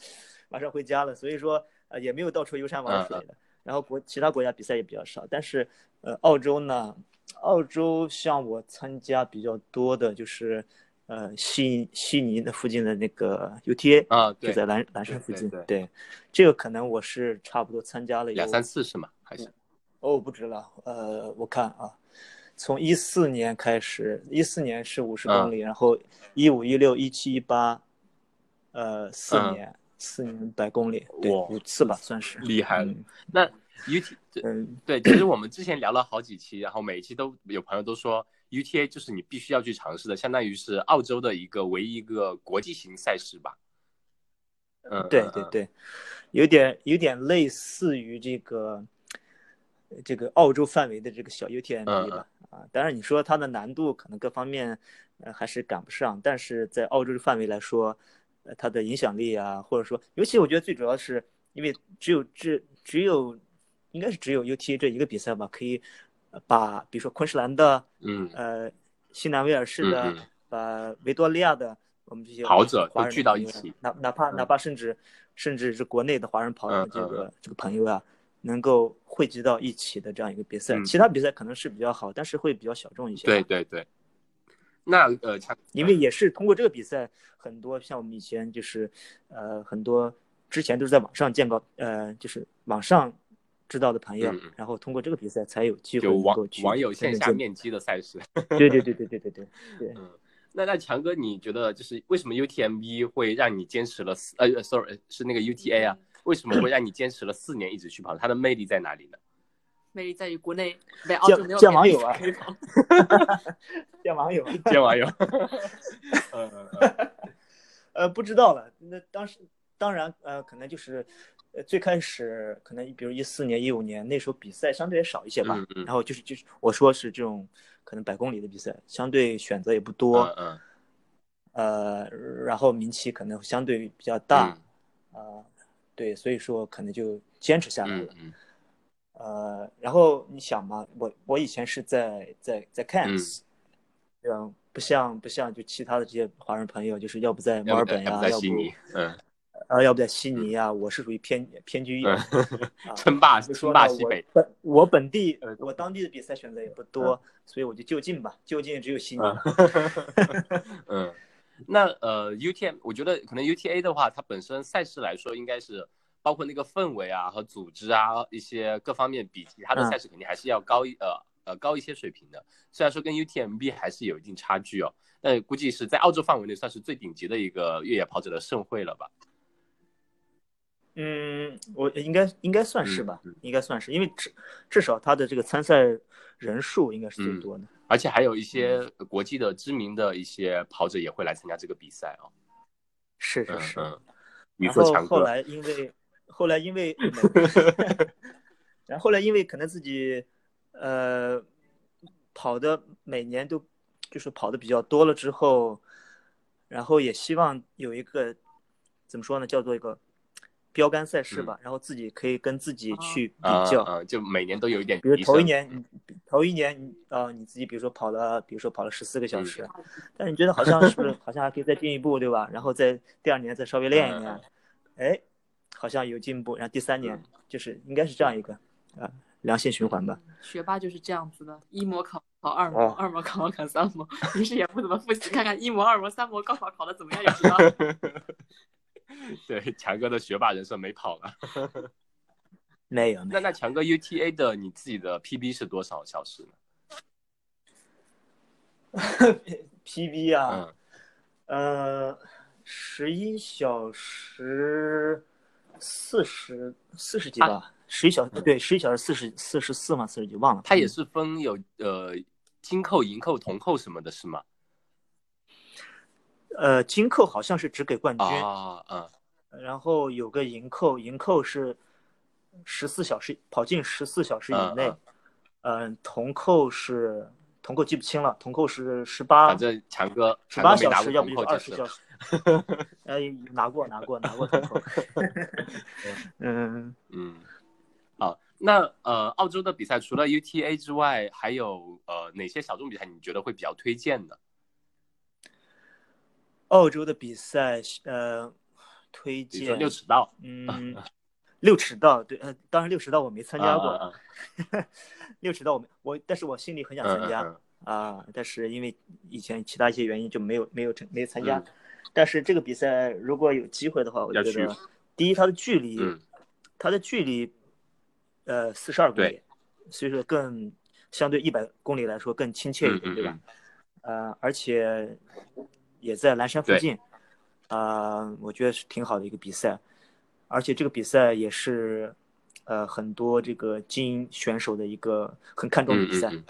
S3: 马上回家了，所以说呃也没有到处游山
S1: 嗯
S3: 玩水的。然后国其他国家比赛也比较少，但是呃澳洲呢，澳洲像我参加比较多的就是呃悉悉尼的附近的那个 UTA，
S1: 啊，
S3: 就
S1: 对，
S3: 在蓝蓝山附近。
S1: 对对
S3: 这个可能我是差不多参加了有
S1: 两三次是吗？还是
S3: 哦不止了，呃我看啊。从一四年开始，一四年是五十公
S1: 嗯
S3: 里，然后一五、一六、一七、一八，呃，四
S1: 嗯
S3: 年，四年百公里，对，
S1: 哇
S3: 五次吧，算是。
S1: 厉害了
S3: 嗯。
S1: 那 UT
S3: 嗯，
S1: 对，其实我们之前聊了好几期，然后每一期都有朋友都说 UTA 就是你必须要去尝试的，相当于是澳洲的一个唯一一个国际型赛事吧。嗯，
S3: 对
S1: 嗯
S3: 对
S1: 嗯
S3: 对，有点有点类似于这个这个澳洲范围的这个小 UTMB 吧。啊，当然你说它的难度可能各方面呃还是赶不上，但是在澳洲的范围来说，呃，它的影响力啊，或者说，尤其我觉得最主要是因为只有这只有应该是只有 UT 这一个比赛吧，可以呃把比如说昆士兰的
S1: 嗯，
S3: 呃西南威尔士
S1: 嗯
S3: 的
S1: 嗯
S3: 把维多利亚的我们这些
S1: 跑者
S3: 华
S1: 都
S3: 人
S1: 聚到
S3: 朋
S1: 一
S3: 友啊
S1: 起，
S3: 哪哪怕哪怕甚至甚至是国内的华人跑
S1: 嗯嗯
S3: 者这个这个朋友啊，能够汇集到一起的这样一个比赛
S1: 嗯，
S3: 其他比赛可能是比较好，但是会比较小众一些。
S1: 对，对对。那呃，强
S3: 因为也是通过这个比赛，很多像我们以前就是呃很多之前都是在网上见到呃就是网上知道的朋友
S1: 嗯嗯，
S3: 然后通过这个比赛才有机会
S1: 就
S3: 能
S1: 网
S3: 够去
S1: 网友
S3: 真
S1: 线
S3: 正
S1: 下
S3: 见
S1: 面基的赛事。
S3: 对对对对对对对。
S1: 那那强哥，你觉得就是为什么 UTMB 会让你坚持了四呃呃，sorry 是那个 UTA 啊？为什么会让你坚持了四年一直去跑？它的魅力在哪里呢？
S2: 魅力在于国内，在澳
S3: 见
S2: 洲没有
S3: 见
S2: 别的
S3: 网
S2: 地
S3: 友
S2: 方
S3: 啊
S2: 可以跑
S3: 见网友。
S1: 见网友，嗯嗯嗯
S3: 呃，不知道了。那当时当然呃，可能就是呃最开始可能比如一四年、一五年那时候比赛相对也少一些吧。
S1: 嗯嗯
S3: 然后就是就是我说是这种可能百公里的比赛，相对选择也不多。
S1: 嗯嗯
S3: 呃，然后名气可能相对比较大
S1: 嗯
S3: 啊、呃对，所以说可能就坚持下来
S1: 嗯
S3: 了。
S1: 嗯
S3: 呃，然后你想嘛，我我以前是在在
S1: 嗯
S3: 在 Cairns，、对吧？不像不像就其他的这些华人朋友，就是要不在墨
S1: 要
S3: 尔
S1: 不在
S3: 本呀、
S1: 要不在
S3: 要
S1: 悉
S3: 不
S1: 尼，嗯，
S3: 呃，要不在悉尼呀、我是属于偏偏居 一点。 啊
S1: 嗯称霸称
S3: 就说
S1: 霸
S3: 呢
S1: 西北，
S3: 我本我本地
S1: 呃
S3: 我当地的比赛选择也不多，所以我就就近吧，就近只有悉尼。
S1: 嗯嗯，那呃，UTM，我觉得可能 UTA 的话，它本身赛事来说，应该是包括那个氛围啊和组织啊一些各方面，比其他的
S3: 嗯
S1: 赛事肯定还是要高一呃呃高一些水平的。虽然说跟 UTMB 还是有一定差距哦，但估计是在澳洲范围内算是最顶级的一个越野跑者的盛会了吧？
S3: 嗯，我应该应该算是吧，
S1: 嗯嗯
S3: 应该算是，因为至至少他的这个参赛人数应该是
S1: 嗯
S3: 最多的。
S1: 而且还有一
S3: 嗯
S1: 些呃国际的知名的一些跑者也会来参加这个比赛哦。
S3: 是是
S1: 嗯
S3: 是。
S1: 嗯，宇
S3: 然
S1: 宙
S3: 后
S1: 强
S3: 后
S1: 哥，
S3: 来因为后来因为， 然后后来因为可能自己呃跑的每年都就是跑的比较多了之后，然后也希望有一个怎么说呢，叫做一个标杆赛事吧，然后自己可以跟自己去比
S1: 嗯啊
S3: 较。
S1: 啊，就每年都有一点
S3: 比如
S1: 提
S3: 头一
S1: 升嗯
S3: 年，你头一年你啊、你自己比如说跑了，比如说跑了十四个小
S1: 嗯
S3: 时，但是你觉得好像是不是好像还可以再进一步，对吧？然后再第二年再稍微练一练，哎，好像有进步。然后第三年
S1: 嗯
S3: 就是应该是这样一个啊良性循环吧。
S2: 嗯学霸就是这样子的，一模考考二模，
S3: 哦
S2: 二模考考三模，平时也不怎么复习，看看一模、二模、三模高考考的怎么样就知 道了。
S1: 对，强哥的学霸人生没跑了。
S3: 没有，没
S1: 那
S3: 有
S1: 那强哥 UTA 的你自己的 PB 是多少小时呢？
S3: PB 啊，
S1: 嗯，
S3: 呃，十一小时四十四十几
S1: 啊
S3: 吧，十一小对十一小时四十四十四嘛，四十几忘了。
S1: 它嗯也是分有呃金扣、银扣、铜扣什么的，是吗？
S3: 呃金扣好像是只给冠军，
S1: 啊，嗯，
S3: 然后有个银扣，银扣是十四小时跑进十四小时以内
S1: 嗯，
S3: 嗯、铜扣是铜扣记不清了，铜扣是十八
S1: 反正强哥
S3: 啊十
S1: 强
S3: 八
S1: 哥没
S3: 小
S1: 拿
S3: 时，
S1: 过
S3: 要不
S1: 铜
S3: 就
S1: 扣
S3: 二
S1: 就
S3: 十
S1: 是
S3: 小
S1: 了。
S3: 时。呃，拿过拿过拿过铜扣，嗯，
S1: 嗯，好，那呃，澳洲的比赛除了 UTA 之外，还有呃哪些小众比赛你觉得会比较推荐的？
S3: 澳洲的比赛呃推
S1: 比如说
S3: 荐
S1: 六尺啊道，
S3: 嗯六尺道对，呃当然六尺道我没参加过，
S1: 嗯
S3: 六尺道我没我，但是我心里很
S1: 嗯
S3: 想参
S1: 嗯
S3: 加，
S1: 嗯
S3: 啊，但是因为以前其他一些原因就没有没有成没有参加。
S1: 嗯
S3: 但是这个比赛如果有机会的话，我
S1: 要
S3: 觉得
S1: 去
S3: 第一它的距离，
S1: 嗯
S3: 它的距离，呃，四十二公里
S1: 对，
S3: 所以说更相对一百公里来说更亲切一
S1: 嗯
S3: 点，
S1: 嗯
S3: 对吧？
S1: 嗯，
S3: 呃，而且也在蓝山附
S1: 对
S3: 近，呃，我觉得是挺好的一个比赛，而且这个比赛也是，呃，很多这个精英选手的一个很看重的
S1: 嗯
S3: 比赛，
S1: 嗯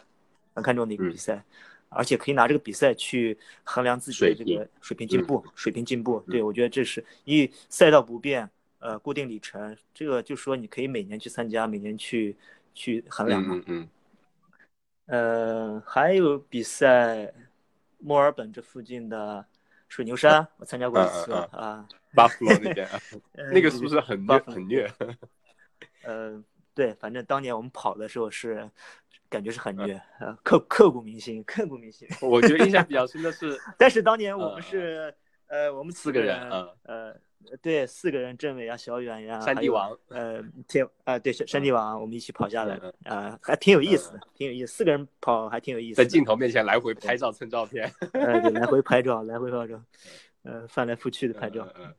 S3: 很看重的一个
S1: 嗯
S3: 比赛，而且可以拿这个比赛去衡量自己
S1: 水
S3: 的这
S1: 平
S3: 个水平进
S1: 嗯
S3: 步，水平进步，
S1: 嗯
S3: 对我觉得这是一赛道不变，呃，固定里程，这个就说你可以每年去参加，每年去去衡量
S1: 嗯
S3: 嘛。
S1: 嗯嗯
S3: 呃，还有比赛，墨尔本这附近的水牛山，我参加过一次
S1: 嗯嗯
S3: 啊。
S1: ，Buffalo 那 边。啊
S3: 呃
S1: 那个是不是很虐
S3: 巴甫
S1: 很虐？
S3: 呃，对，反正当年我们跑的时候是，感觉是很虐，
S1: 啊
S3: 呃，刻刻骨铭心，刻骨铭心。
S1: 我觉得印象比较深的是
S3: 但是当年我
S1: 呃
S3: 们是，呃，我们
S1: 四个人，
S3: 人，
S1: 嗯，
S3: 呃，对，四个人，政委啊，小远呀，
S1: 山
S3: 还
S1: 地
S3: 有，
S1: 王，
S3: 呃，天，啊，对，山山地王，我们一起跑下来
S1: 嗯，
S3: 啊，还挺有意思的，挺有意思，四个人跑还挺有意思
S1: 在
S3: 的。
S1: 镜头面前来回拍照蹭照片，
S3: 哎，对，来回拍照，来回拍照，呃，翻来覆去的拍照。
S1: 嗯嗯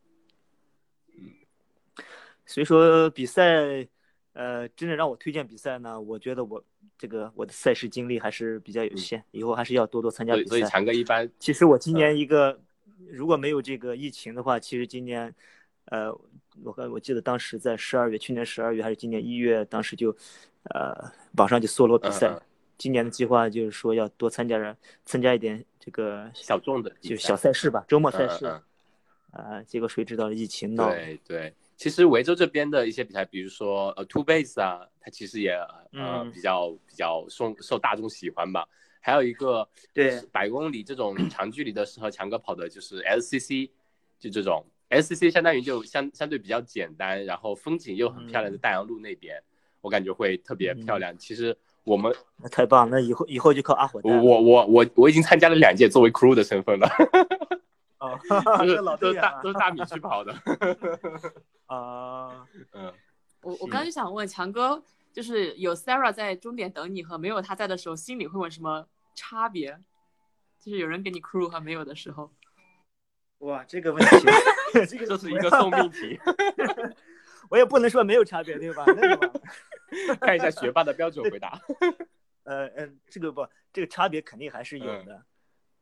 S3: 所以说比赛，呃，真的让我推荐比赛呢，我觉得我这个我的赛事经历还是比较有限，以后还是要多多参
S1: 嗯
S3: 加
S1: 所以
S3: 比
S1: 所以
S3: 赛。
S1: 强哥一般，
S3: 其实我
S1: 嗯
S3: 今年一个，如果没有这个疫情的话，其实今年，呃，我看我记得当时在十二月，去年十二月还是今年一月，当时就，呃，网上就搜罗比赛。
S1: 嗯嗯
S3: 今年的计划就是说要多参加人，参加一点这个
S1: 小众的比
S3: 就
S1: 赛
S3: 小赛事吧，周末赛
S1: 嗯
S3: 事。
S1: 嗯
S3: 呃，结果谁知道疫情闹，
S1: 对对，其实维州这边的一些比赛，比如说呃 Two Base 啊，它其实也呃
S3: 嗯
S1: 比较比较受受大众喜欢吧。还有一个
S3: 对
S1: 百公里这种长距离的适合强哥跑的，就是 SCC，就这种 SCC 相当于就相相对比较简单，然后风景又很漂亮，
S3: 嗯
S1: 在大洋路那边，我感觉会特别漂亮。其实我们
S3: 那太棒，那以后以后就靠阿火带了
S1: 我我我我已经参加了两届作为 crew 的身份了，
S3: 哦，
S1: 就
S3: 这
S1: 是
S3: 老
S1: 都
S3: 队
S1: 是
S3: 员
S1: 大
S3: 啊
S1: 都是大米去 跑的，
S3: 啊，
S1: 嗯。
S2: 我我刚刚就想问强哥，就是有 Sarah 在终点等你和没有他在的时候，心里会有什么差别？就是有人给你 crew 和没有的时候，
S3: 哇，这个问题， 这个
S1: 这是一个送命题，
S3: 我也不能说没有差别，对吧？那 个吧
S1: 看一下学霸的标准回答。
S3: 呃呃，这个不，这个差别肯定还是有
S1: 嗯
S3: 的。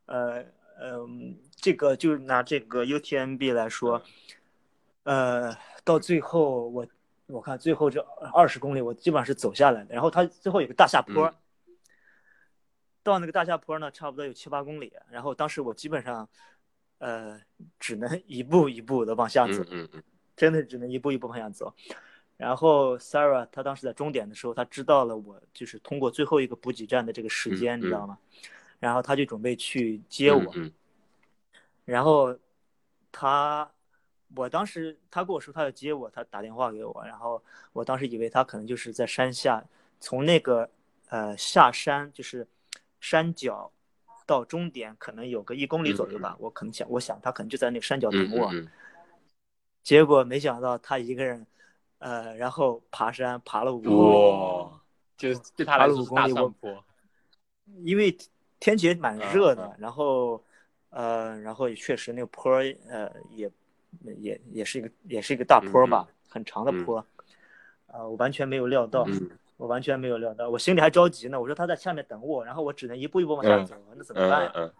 S3: 呃嗯、这个就是拿这个 UTMB 来说，
S1: 嗯
S3: 呃，到最后我我看最后这二十公里我基本上是走下来的，然后它最后有个大下坡，
S1: 嗯
S3: 到那个大下坡呢，差不多有七八公里，然后当时我基本上呃只能一步一步的往下走，
S1: 嗯嗯嗯
S3: 真的只能一步一步往下走。然后 Sarah 她当时在终点的时候，她知道了我就是通过最后一个补给站的这个时
S1: 嗯
S3: 间，
S1: 嗯
S3: 你知道吗？然后她就准备去接我，
S1: 嗯
S3: 然后她，我当时她跟我说她要接我，她打电话给我，然后我当时以为她可能就是在山下，从那个呃下山就是山脚到终点可能有个一公里左右吧，我可能想我想她可能就在那个山脚
S1: 嗯
S3: 等我，
S1: 嗯
S3: 结果没想到他一个人，呃，然后爬山爬了五
S1: 嗯，
S3: 公里，
S1: 哇，就是对他来说是大上坡，
S3: 因为天气也蛮热的，
S1: 嗯
S3: 然后呃，然后也确实那个坡儿呃也嗯也也是一个也是一个大坡吧，
S1: 嗯
S3: 很长的坡，呃，我完全没有料到，
S1: 嗯
S3: 我完全没有料到，我心里还着急呢，我说他在下面等我，然后我只能一步一步往下
S1: 嗯
S3: 走，那怎么办
S1: 嗯
S3: 呀？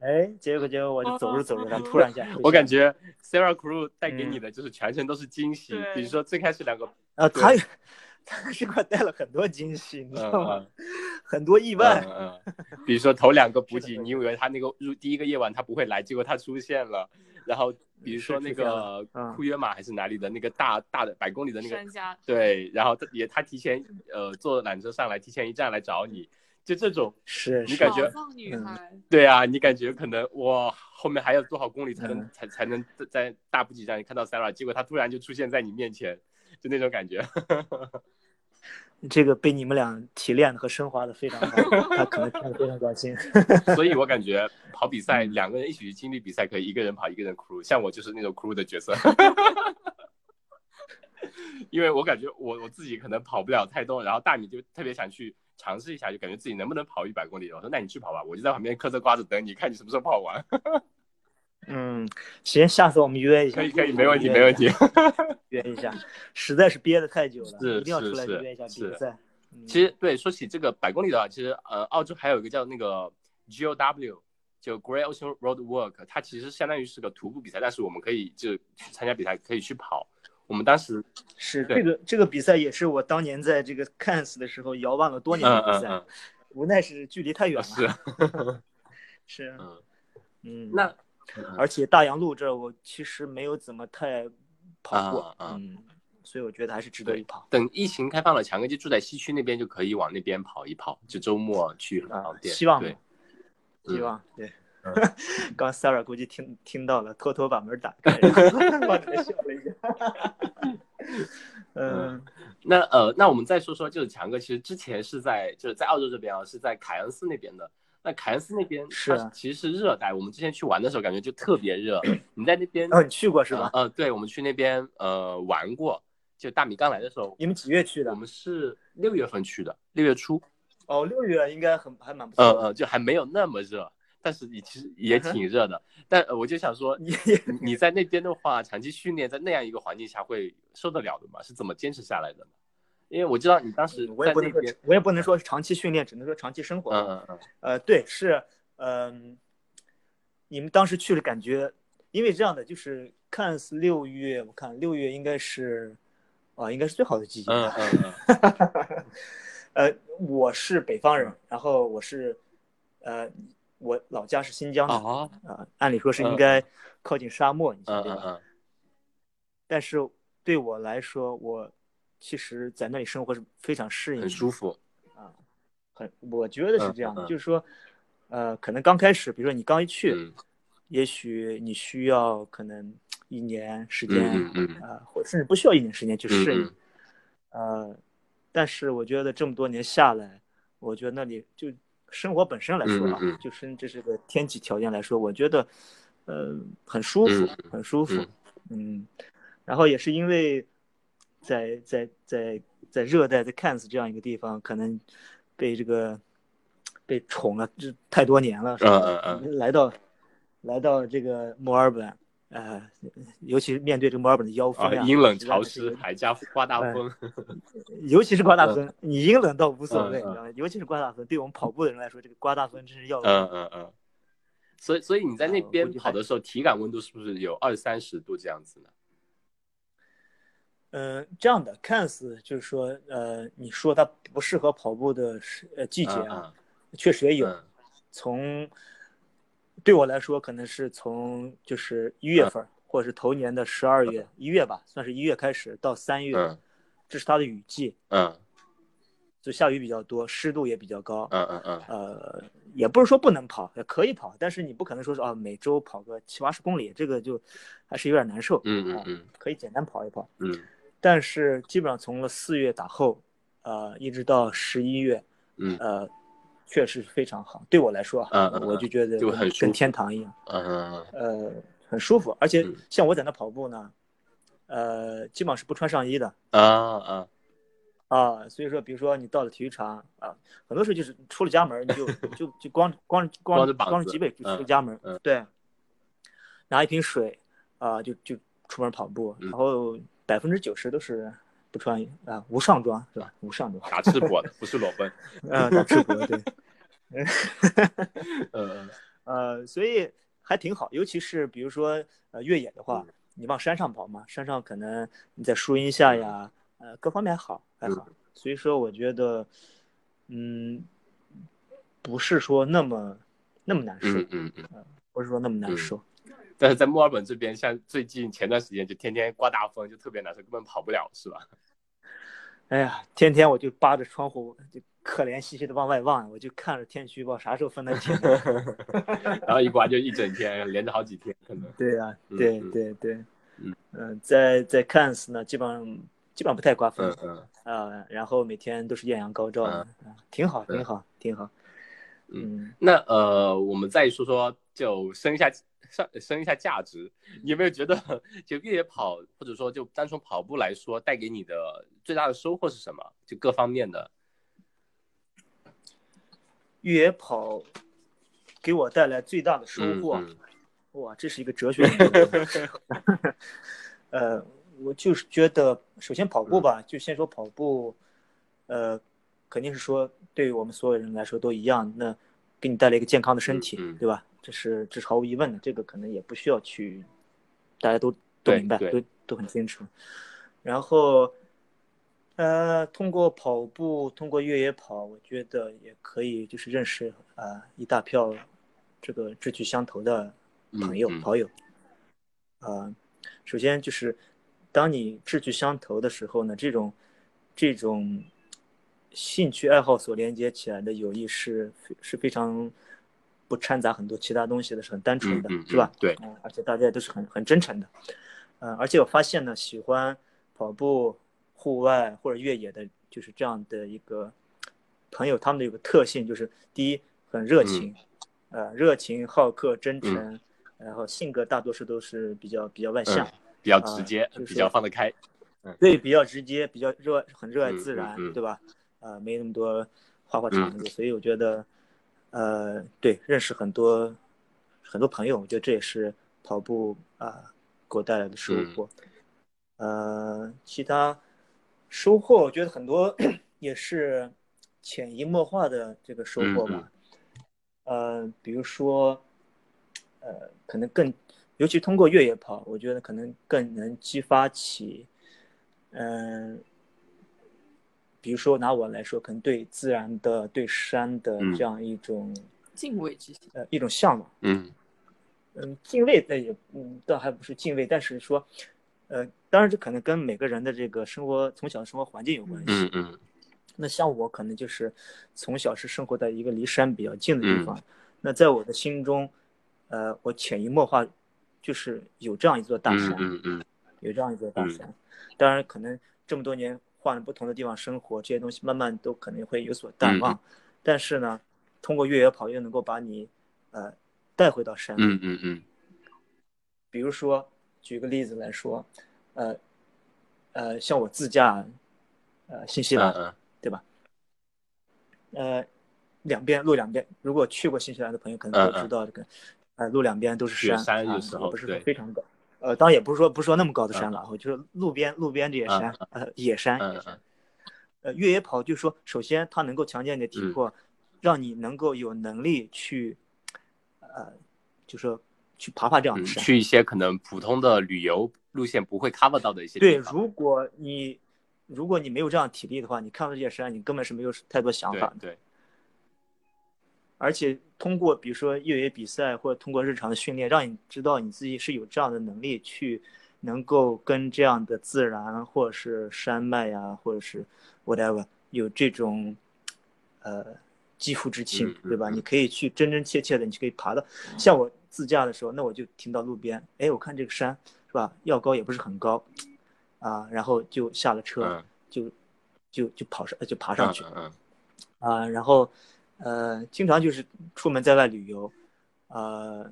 S1: 嗯，
S3: 哎，结果结果我就走着走着，他突然一下
S1: 我感觉 Sarah Crew 带给
S3: 嗯
S1: 你的就是全程都是惊喜，比如说最开始两个，
S3: 啊，他 他是给我带了很多惊喜，你知
S1: 嗯
S3: 道吗
S1: 嗯？
S3: 很多意外。
S1: 嗯嗯，比如说头两个补给，你以为他那个入第一个夜晚他不会来，结果他出现了，然后比如说那个
S3: 嗯
S1: 库约马还是哪里的那个大大的百公里的那个
S2: 山家
S1: 对，然后他也他提前呃坐缆车上来，提前一站来找你，就这种，
S3: 是，
S1: 你
S3: 是
S1: 感觉
S2: 宝藏女
S3: 嗯
S2: 孩，
S1: 对啊，你感觉可能哇后面还有多少公里才能、
S3: 嗯
S1: 才才能在大补给站看到 Sarah，结果他突然就出现在你面前，就那种感觉，
S3: 这个被你们俩提炼和升华的非常好，他可能看得非常高 兴。
S1: 所以我感觉跑比赛
S3: 嗯
S1: 两个人一起去经历比赛，可以一个人跑一个人 crew，像我就是那种 crew 的角色。 因为我感觉我我自己可能跑不了太多，然后大米就特别想去尝试一下，就感觉自己能不能跑一百公里。我说那你去跑吧，我就在旁边嗑着瓜子等你，看你什么时候跑完。
S3: 嗯，行，下次我们约一下，
S1: 可以可以，没问题没 问题。
S3: 约一下，实在是憋得太久
S1: 是
S3: 了，一定要
S1: 是
S3: 出来
S1: 是
S3: 约一下
S1: 是
S3: 比赛。嗯
S1: 其实对，说起这个百公里的话，其实呃，澳洲还有一个叫那个 GOW，就 Great Ocean Road Walk，它其实相当于是个徒步比赛，但是我们可以就去参加比赛，可以去跑。我们当时，
S3: 是
S1: 对
S3: 这个这个比赛也是我当年在这个 Cannes 的时候遥望了多年
S1: 嗯
S3: 的比赛，
S1: 嗯
S3: 无奈哦是啊距离太远
S1: 嗯，
S3: 了。
S1: 是，
S3: 是
S1: 嗯，
S3: 嗯，
S1: 那
S3: 而且大洋路这儿我其实没有怎么太跑过，
S1: 啊啊
S3: 嗯，所以我觉得还是值得一
S1: 对
S3: 跑。，
S1: 等疫情开放了，强哥就住在西区那边，就可以往那边跑一跑，就周末去
S3: 啊
S1: 跑，店。
S3: 希望
S1: 对，嗯
S3: 希望对
S1: 嗯。
S3: 刚 Sarah 估计听听到了，偷偷把门打开， 然后往里面笑了一下。嗯，
S1: 那呃，那我们再说说，就是强哥其实之前是在就是在澳洲这边啊，是在凯恩斯那边的。那凯恩斯那边
S3: 是啊
S1: 它其实是热哎带，我们之前去玩的时候感觉就特别 热。你在那边
S3: 哦，你去过是吧？
S1: 嗯、呃对，我们去那边呃玩过，就大米刚来的时候，
S3: 你们几月去
S1: 我
S3: 的？
S1: 们是六月份去的，六月初，
S3: 哦，六月应该很还蛮
S1: 嗯
S3: 不错
S1: 嗯、
S3: 的。
S1: 呃就还没有那么热，但是也其实也挺热的。但、呃我就想说，
S3: 嗯你
S1: 你你在那边的话，长期训练在那样一个环境下会受得了的吗？是怎么坚持下来的呢？因为我知道你当时
S3: 我
S1: 在
S3: 也不
S1: 那
S3: 能说
S1: 边，，
S3: 我也不能说是长期训练，只能说长期生活。
S1: 嗯嗯嗯，
S3: 呃，对，是，嗯、你们当时去了，感觉，因为这样的就是看似六月，我看六月应该是，啊、应该是最好的季节吧。
S1: 嗯嗯
S3: 呃，我是北方人，然后我是，呃，我老家是新疆的，
S1: 哦，
S3: 啊，按理说是
S1: 嗯
S3: 应该靠近沙漠，你
S1: 嗯
S3: 想对
S1: 嗯
S3: 吧？
S1: 嗯，
S3: 但是对我来说，我其实在那里生活是非常适应的，
S1: 很舒服，
S3: 很，我觉得是这样
S1: 嗯
S3: 的，
S1: 嗯
S3: 就是说，呃，可能刚开始，比如说你刚一去，
S1: 嗯
S3: 也许你需要可能一年时间，
S1: 嗯嗯嗯
S3: 啊、或甚至不需要一年时间去
S1: 嗯
S3: 适应，
S1: 嗯
S3: 呃，但是我觉得这么多年下来，我觉得那里就生活本身来说啊，
S1: 嗯嗯嗯
S3: 就甚至这个天气条件来说，我觉得，呃，很舒服，
S1: 嗯
S3: 很舒服，嗯，然后也是因为在在在在热带在 Cairns 这样一个地方，可能被这个被宠了这太多年了，是吧？
S1: 嗯嗯
S3: 来到来到这个墨尔本，呃，尤其是面对这个墨尔本的妖风
S1: 啊，
S3: 呀，
S1: 阴冷
S3: 实在
S1: 潮
S3: 是一
S1: 湿
S3: 个
S1: 还加刮大风，
S3: 尤其是刮大风，你阴冷倒无所谓，
S1: 嗯嗯嗯
S3: 你知道吗？尤其是刮大风，对我们跑步的人来说，这个刮大风真是要
S1: 嗯嗯嗯，所以所以你在那
S3: 啊我
S1: 边
S3: 估计
S1: 跑
S3: 还
S1: 的时候，体感温度是不是有二三十度这样子呢？
S3: 呃，这样的看似就是说，呃，你说它不适合跑步的时呃季节啊，
S1: 嗯
S3: 确实也有。
S1: 嗯
S3: 从对我来说，可能是从就是一
S1: 嗯
S3: 月份儿，或者是头年的十二月、一月吧，算是一月开始到三月，
S1: 嗯
S3: 这是它的雨季，
S1: 嗯
S3: 就下雨比较多，湿度也比较高。
S1: 嗯嗯嗯
S3: 呃，也不是说不能跑，也可以跑，但是你不可能说是啊，每周跑个七八十公里，这个就还是有点难受。
S1: 嗯
S3: 啊
S1: 嗯，嗯
S3: 可以简单跑一跑，
S1: 嗯
S3: 但是基本上从了四月打后，呃，一直到十一月，
S1: 嗯
S3: 呃，确实非常好。对我来说啊，
S1: 嗯嗯嗯
S3: 我就觉得
S1: 就很舒服
S3: 跟天堂一样，
S1: 嗯
S3: 呃，很舒服。而且
S1: 嗯
S3: 像我在那跑步呢，呃，基本上是不穿上衣的，
S1: 啊啊
S3: 啊，所以说，比如说你到了体育场啊，很多时候就是出了家门儿，你就就就光光
S1: 光
S3: 光
S1: 着膀
S3: 光
S1: 子
S3: 着脊背就
S1: 嗯
S3: 出家门儿，
S1: 嗯
S3: 对，拿一瓶水啊，就就出门跑步，
S1: 嗯
S3: 然后百分之九十都是不穿啊无上装是吧？无上装，
S1: 打赤膊的，不是裸奔。
S3: 呃，打赤膊对，
S1: 嗯嗯
S3: 呃，所以还挺好，尤其是比如说呃越野的话，
S1: 嗯
S3: 你往山上跑嘛，山上可能你在树荫下呀，呃，各方面还好还好，
S1: 嗯
S3: 所以说我觉得，嗯，不是说那么那么难受，
S1: 嗯嗯嗯。
S3: 不是说那么难
S1: 嗯
S3: 受，
S1: 但是在墨尔本这边，像最近前段时间就天天刮大风，就特别难受，根本跑不了，是吧？
S3: 哎呀，天天我就扒着窗户就可怜兮兮的往外望，我就看着天气预报啥时候分到天。
S1: 然后一刮就一整天，连着好几天，可能。
S3: 对呀，
S1: 嗯
S3: 对
S1: 嗯
S3: 对对，
S1: 嗯
S3: 嗯，在在 Cannes 呢，基本上基本上不太刮风
S1: 嗯，嗯
S3: 啊，然后每天都是艳阳高照的，啊挺好，
S1: 嗯
S3: 挺好，挺好。
S1: 嗯
S3: 嗯，
S1: 那呃，我们再说说，就升一下上升一下价值，你有没有觉得就越野跑或者说就单从跑步来说，带给你的最大的收获是什么？就各方面的。
S3: 越野跑给我带来最大的收获，
S1: 嗯
S3: 哇，这是一个哲学问题。 呃，我就是觉得，首先跑步
S1: 嗯
S3: 吧，就先说跑步，呃，肯定是说对于我们所有人来说都一样，那给你带来一个健康的身体，
S1: 嗯嗯
S3: 对吧？这是这是毫无疑问的，这个可能也不需要去，大家都都
S1: 对
S3: 明白，
S1: 对
S3: 都都很清楚。然后，呃，通过跑步，通过越野跑，我觉得也可以就是认识啊、呃一大票这个志趣相投的朋友、
S1: 嗯嗯
S3: 跑友。呃，首先就是当你志趣相投的时候呢，这种这种兴趣爱好所连接起来的友谊是是非常不掺杂很多其他东西的，是很单纯
S1: 嗯
S3: 的，
S1: 嗯，
S3: 是吧？
S1: 对，
S3: 嗯，而且大家都是很很真诚的。嗯，而且我发现呢，喜欢跑步、户外或者越野的，就是这样的一个朋友，他们的有个特性，就是第一很热情，呃，热情、好客、真诚，然后性格大多数都是比较比较外向，
S1: 比较直接，
S3: 就
S1: 比
S3: 是
S1: 较放得开。
S3: 对，比较直接，比较热，很热爱
S1: 嗯
S3: 自
S1: 嗯
S3: 然，
S1: 嗯
S3: 对吧？呃，没那么多花花肠子，所以我觉得，呃，对，认识很多很多朋友，我觉得这也是跑步啊、给我带来的收
S1: 嗯
S3: 获。呃，其他收获，我觉得很多也是潜移默化的这个收获
S1: 嗯
S3: 吧。呃，比如说，呃，可能更，尤其通过越野跑，我觉得可能更能激发起，嗯、比如说拿我来说，可能对自然的、对山的
S1: 嗯
S3: 这样一种
S2: 敬畏之心。
S3: 呃一种向往。
S1: 嗯
S3: 嗯，敬畏但也嗯，倒还不是敬畏，但是说，呃，当然这可能跟每个人的这个生活从小的生活环境有关系。
S1: 嗯嗯
S3: 那像我可能就是从小是生活在一个离山比较近的
S1: 嗯
S3: 地方，那在我的心中，呃，我潜移默化就是有这样一座大山，
S1: 嗯嗯嗯
S3: 有这样一座大山。当然，可能这么多年换了不同的地方生活，这些东西慢慢都可能会有所淡忘。
S1: 嗯
S3: 但是呢，通过越野跑又能够把你呃带回到山里。
S1: 嗯嗯嗯
S3: 比如说，举个例子来说，呃，呃，像我自驾，呃，新西兰，
S1: 嗯
S3: 对吧？呃，两边路两边，如果去过新西兰的朋友可
S1: 嗯
S3: 能都
S1: 嗯
S3: 知道，这个，呃，路两边都是
S1: 雪
S3: 山，
S1: 山
S3: 啊
S1: 有时候
S3: 也不是说
S1: 对
S3: 非常高，呃，当然也不是说不是说那么高的山了，我就是路边路边这些山，呃，野山，
S1: 嗯
S3: 野
S1: 嗯
S3: 山，呃，越野跑就是说，首先它能够强健你的体
S1: 嗯
S3: 魄，让你能够有能力去，呃，就说去爬爬这样
S1: 嗯，
S3: 的山。
S1: 去一些可能普通的旅游路线不会 cover 到的一些
S3: 对，
S1: 地方。
S3: 如果你如果你没有这样体力的话，你看到这些山，你根本是没有太多想法的。
S1: 对
S3: 而且通过比如说越野比赛或者通过日常的训练，让你知道你自己是有这样的能力去能够跟这样的自然或者是山脉呀、或者是 whatever 有这种呃肌肤之亲
S1: 嗯，嗯
S3: 对吧？
S1: 嗯
S3: 你可以去真真切切的，你就可以爬到。像我自驾的时候，那我就停到路边，哎，我看这个山是吧？要高也不是很高啊，然后就下了车，
S1: 嗯
S3: 就就就跑上呃就爬
S1: 对，
S3: 上
S1: 嗯
S3: 去。
S1: 嗯嗯
S3: 啊、然后呃，经常就是出门在外旅游，呃，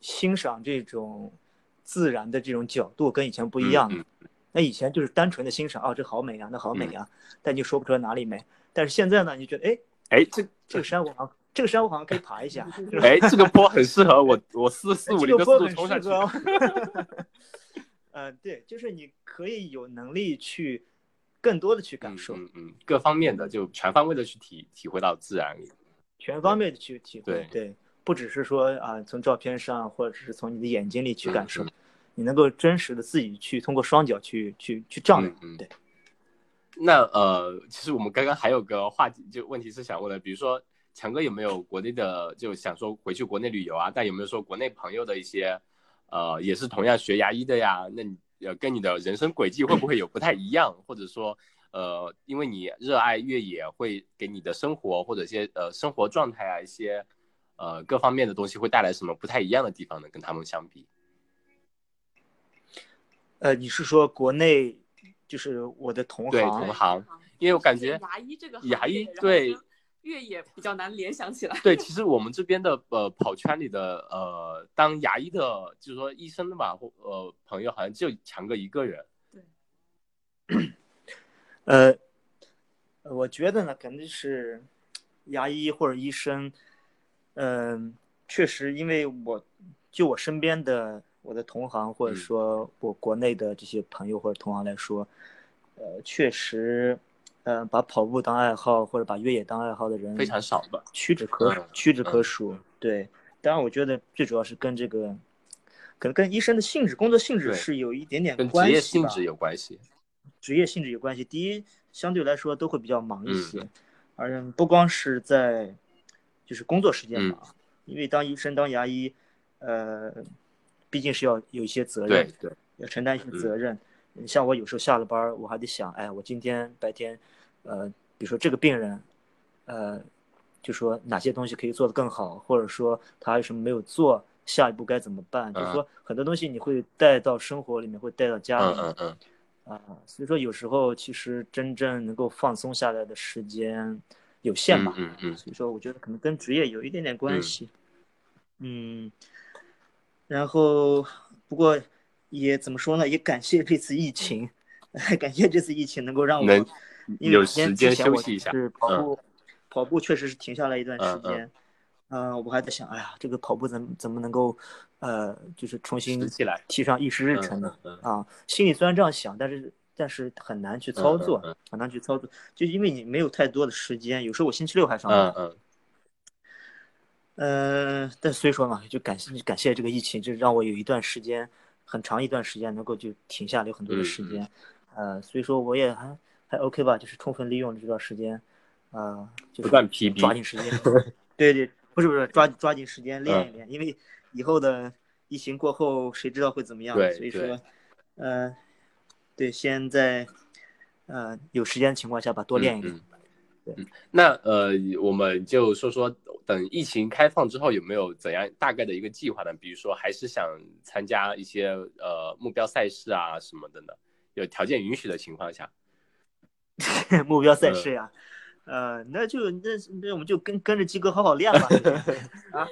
S3: 欣赏这种自然的这种角度跟以前不一样了。
S1: 嗯
S3: 那以前就是单纯的欣赏，啊，这好美呀、那好美呀、啊但你说不出来哪里美。但是现在呢，你就觉得，哎，
S1: 哎，这
S3: 这个山我好像，这个山我好像可以爬一下，是吧？
S1: 哎这个坡很适合我，我四四五
S3: 这
S1: 零的
S3: 个
S1: 速
S3: 坡
S1: 度
S3: 很
S1: 冲
S3: 适
S1: 上去哎
S3: 合。哦。 呃，对，就是你可以有能力去更多的去感受，
S1: 嗯嗯，各方面的就全方位的去体体会到自然里。
S3: 全方面的去体会，
S1: 对
S3: 不只是说啊、从照片上或者是从你的眼睛里去感受，
S1: 嗯
S3: 你能够真实的自己去通过双脚去去去丈量，
S1: 嗯嗯
S3: 对，
S1: 那呃，其实我们刚刚还有个话题，就问题是想问的，比如说强哥有没有国内的，就想说回去国内旅游啊？但有没有说国内朋友的一些，呃，也是同样学牙医的呀？那你呃，跟你的人生轨迹会不会有不太一样？或者说，呃，因为你热爱越野，会给你的生活或者一些呃生活状态啊，一些呃各方面的东西会带来什么不太一样的地方呢？跟他们相比，
S3: 呃，你是说国内就是我的同
S1: 对
S3: 行
S1: 同行因为我哦感觉
S2: 牙医这个
S1: 牙
S2: 行业
S1: 医
S2: 然后
S1: 对
S2: 跟越野比较难联想起来。
S1: 对，其实我们这边的呃跑圈里的呃当牙医的，就是说医生的吧，或呃朋友好像就强哥一个人。
S3: 呃，呃我觉得呢，肯定是牙医或者医生，嗯、确实，因为我就我身边的我的同行，或者
S1: 嗯
S3: 说我国内的这些朋友或者同行来说，呃，确实，呃，把跑步当爱好或者把越野当爱好的人
S1: 非常少吧
S3: 屈指可
S1: 嗯
S3: 屈指可
S1: 嗯
S3: 数。对，当然，我觉得最主要是跟这个，可能跟医生的性质、工作性质
S1: 对
S3: 是有一点点
S1: 跟职
S3: 嗯关
S1: 业
S3: 系
S1: 性
S3: 吧。
S1: 质有关系。
S3: 职业性质有关系。第一，相对来说都会比较忙一些，
S1: 嗯
S3: 而不光是在就是工作时间
S1: 嗯
S3: 忙，因为当医生、当牙医，呃，毕竟是要有一些责
S1: 对嗯
S3: 任，
S1: 对，
S3: 要承担一些责任。你像我有时候下了班儿，我还得想，哎，我今天白天，呃，比如说这个病人，呃，就说哪些东西可以做得更好，或者说他还有什么没有做，下一步该怎么办？就是说很多东西你会带到生活里面，会带到家
S1: 嗯
S3: 里面。
S1: 嗯嗯，
S3: 啊，所以说有时候其实真正能够放松下来的时间有限吧。
S1: 嗯嗯
S3: 所以说，我觉得可能跟职业有一点点关系。嗯，然后不过也怎么说呢？也感谢这次疫情， 感谢这次疫情能够让我
S1: 能
S3: 因为
S1: 嗯有
S3: 之前
S1: 时间
S3: 之前
S1: 休
S3: 我
S1: 息一下
S3: 是跑步，跑步确实是停下来一段时
S1: 嗯嗯
S3: 间。呃，我还在想，哎呀，这个跑步怎么怎么能够，呃，就是重新
S1: 拾起来
S3: 提上议事日
S1: 嗯
S3: 程呢？
S1: 嗯
S3: 啊，心里虽然这样想，但是但是很难去操作，
S1: 嗯
S3: 很难去操作，就因为你没有太多的时间。有时候我星期六还
S1: 嗯
S3: 上班，
S1: 嗯
S3: 嗯、呃，但所以说嘛，就感谢感谢这个疫情，就让我有一段时间，很长一段时间能够就停下来，有很多的
S1: 嗯
S3: 时
S1: 嗯
S3: 间，呃，所以说我也还还 OK 吧，就是充分利用这段时间，呃，就
S1: 不
S3: 是
S1: 断 PB
S3: 抓紧时间， 对对，不是不是，抓抓紧时间练一
S1: 嗯
S3: 练，因为以后的疫情过后，谁知道会怎么样？
S1: 对
S3: 所以
S1: 对
S3: 说，呃，对，先在呃有时间的情况下吧，多练一练。
S1: 嗯嗯嗯那呃，我们就说说，等疫情开放之后有没有怎样大概的一个计划呢？比如说，还是想参加一些呃目标赛事啊什么的呢？有条件允许的情况 下，
S3: 目标
S1: 嗯
S3: 赛事呀、呃，那就那那我们就跟跟着鸡哥好好 练吧。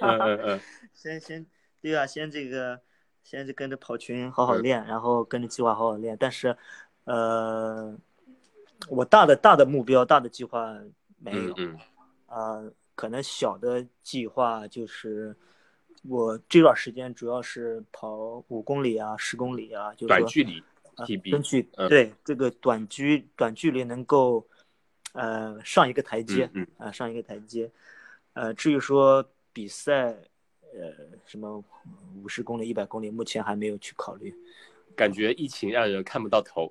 S1: 嗯嗯嗯，
S3: 先先对啊，先这个先就跟着跑群好
S1: 嗯
S3: 好练，然后跟着计划好好练。但是，呃，我大的大的目标、大的计划没有
S1: 嗯，嗯
S3: 呃，可能小的计划就是我这段时间主要是跑五公里啊、十公里啊，就是
S1: 短
S3: 说
S1: 距离
S3: 啊
S1: TB
S3: 根据
S1: 嗯
S3: 对这个短距短距离能够呃上一个台阶
S1: 嗯，嗯
S3: 啊、上一个台阶。呃，至于说比赛，呃，什么五十公里、一百公里，目前还没有去考虑，
S1: 感觉疫情让人看不到头。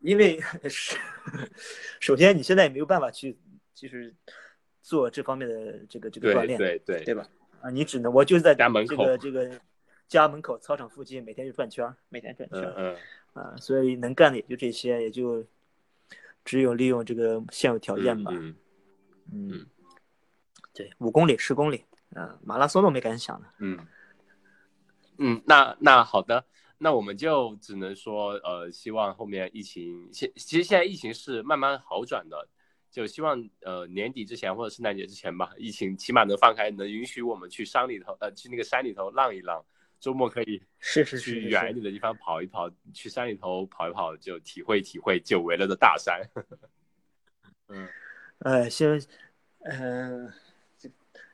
S3: 因为是 首先你现在也没有办法去，就是做这方面的这个这个
S1: 对
S3: 锻炼，
S1: 对对
S3: 对吧？啊，你只能我就是在
S1: 家门
S3: 这
S1: 口
S3: 个这个家门口操场附近每天就转圈儿，每天转圈
S1: 嗯
S3: 儿
S1: 嗯
S3: 啊，所以能干的也就这些，也就只有利用这个现有条件
S1: 嗯
S3: 吧。
S1: 嗯
S3: 嗯，
S1: 嗯
S3: 对，五公里、十公里，啊，马拉松都没敢想呢。
S1: 嗯嗯，那那好的，那我们就只能说，呃，希望后面疫情，现其实现在疫情是慢慢好转的，就希望呃年底之前或者圣诞节之前吧，疫情起码能放开，能允许我们去山里头，呃，去那个山里头浪一浪，周末可以
S3: 是是是
S1: 去
S3: 是
S1: 远一
S3: 是，
S1: 点的地方跑一跑，去山里头跑一跑，就体会体会久违了的大山。嗯，
S3: 呃，先，呃，这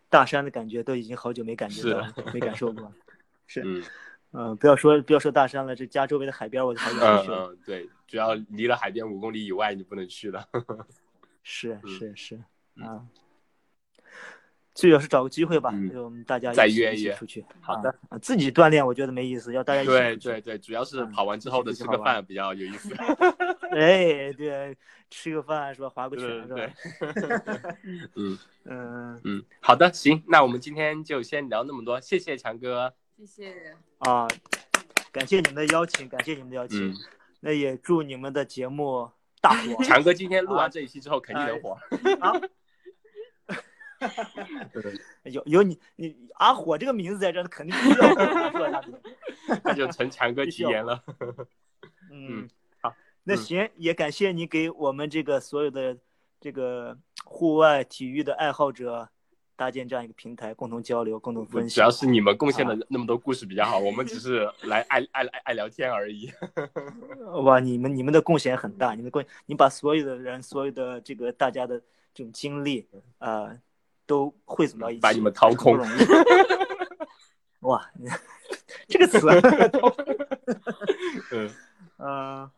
S3: 大山的感觉都已经好久没感觉
S1: 啊
S3: 到了，没感受过。是，
S1: 嗯
S3: 嗯、不要说不要说大山了，这家周围的海边我都好久没
S1: 嗯
S3: 去了。
S1: 嗯，对，只要离了海边五公里以外你就不能去了。
S3: 是
S1: 嗯
S3: 是是，
S1: 嗯
S3: 啊，最好是找个机会吧，
S1: 嗯
S3: 就我们大家一
S1: 再
S3: 起
S1: 约一
S3: 一起
S1: 约
S3: 出去。
S1: 好的
S3: 啊，啊自己锻炼我觉得没意思，要大家一起
S1: 对
S3: 出去
S1: 对对，主要是
S3: 嗯
S1: 跑完之后的
S3: 一起
S1: 吃
S3: 出去
S1: 个
S3: 好玩
S1: 饭比较有意 思。
S3: 哎，对，吃个饭是吧？划个拳
S1: 对
S3: 是
S1: 对？
S3: 吧
S1: 对， 嗯
S3: 嗯
S1: 嗯，好的，行，那我们今天就先聊那么多，谢谢强哥，
S2: 谢谢，
S3: 啊，感谢你们的邀请，感谢你们的邀请。
S1: 嗯，
S3: 那也祝你们的节目大火
S1: 强哥今天录完这一期之后肯定能火，
S3: 啊！ 有有你你啊火这个名字在这儿，肯定不知道我说啥。
S1: 那就成强哥吉言了。
S3: 嗯
S1: 嗯，好，
S3: 那
S1: 嗯
S3: 行，也感谢你给我们这个所有的这个户外体育的爱好者搭建这样一个平台，共同交流，共同分
S1: 主
S3: 享
S1: 要。是你们贡献了那么多故事比较好，我们只是来爱爱爱爱聊天而已。
S3: 哇，你们你们的贡献很大，你们的贡，你把所有的人，所有的这个大家的这种经历，呃，都汇总到一起，
S1: 把你们掏空
S3: 很不容易。 哇，这个词，啊
S1: 嗯
S3: 嗯、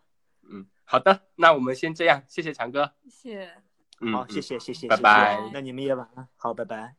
S1: 嗯，好的，那我们先这样，谢谢强哥，
S2: 谢谢。
S1: 嗯，
S3: 好，
S1: 嗯
S3: 谢谢谢谢，
S1: 拜
S3: 谢谢
S1: 拜
S3: 那你们也晚安，好，拜拜。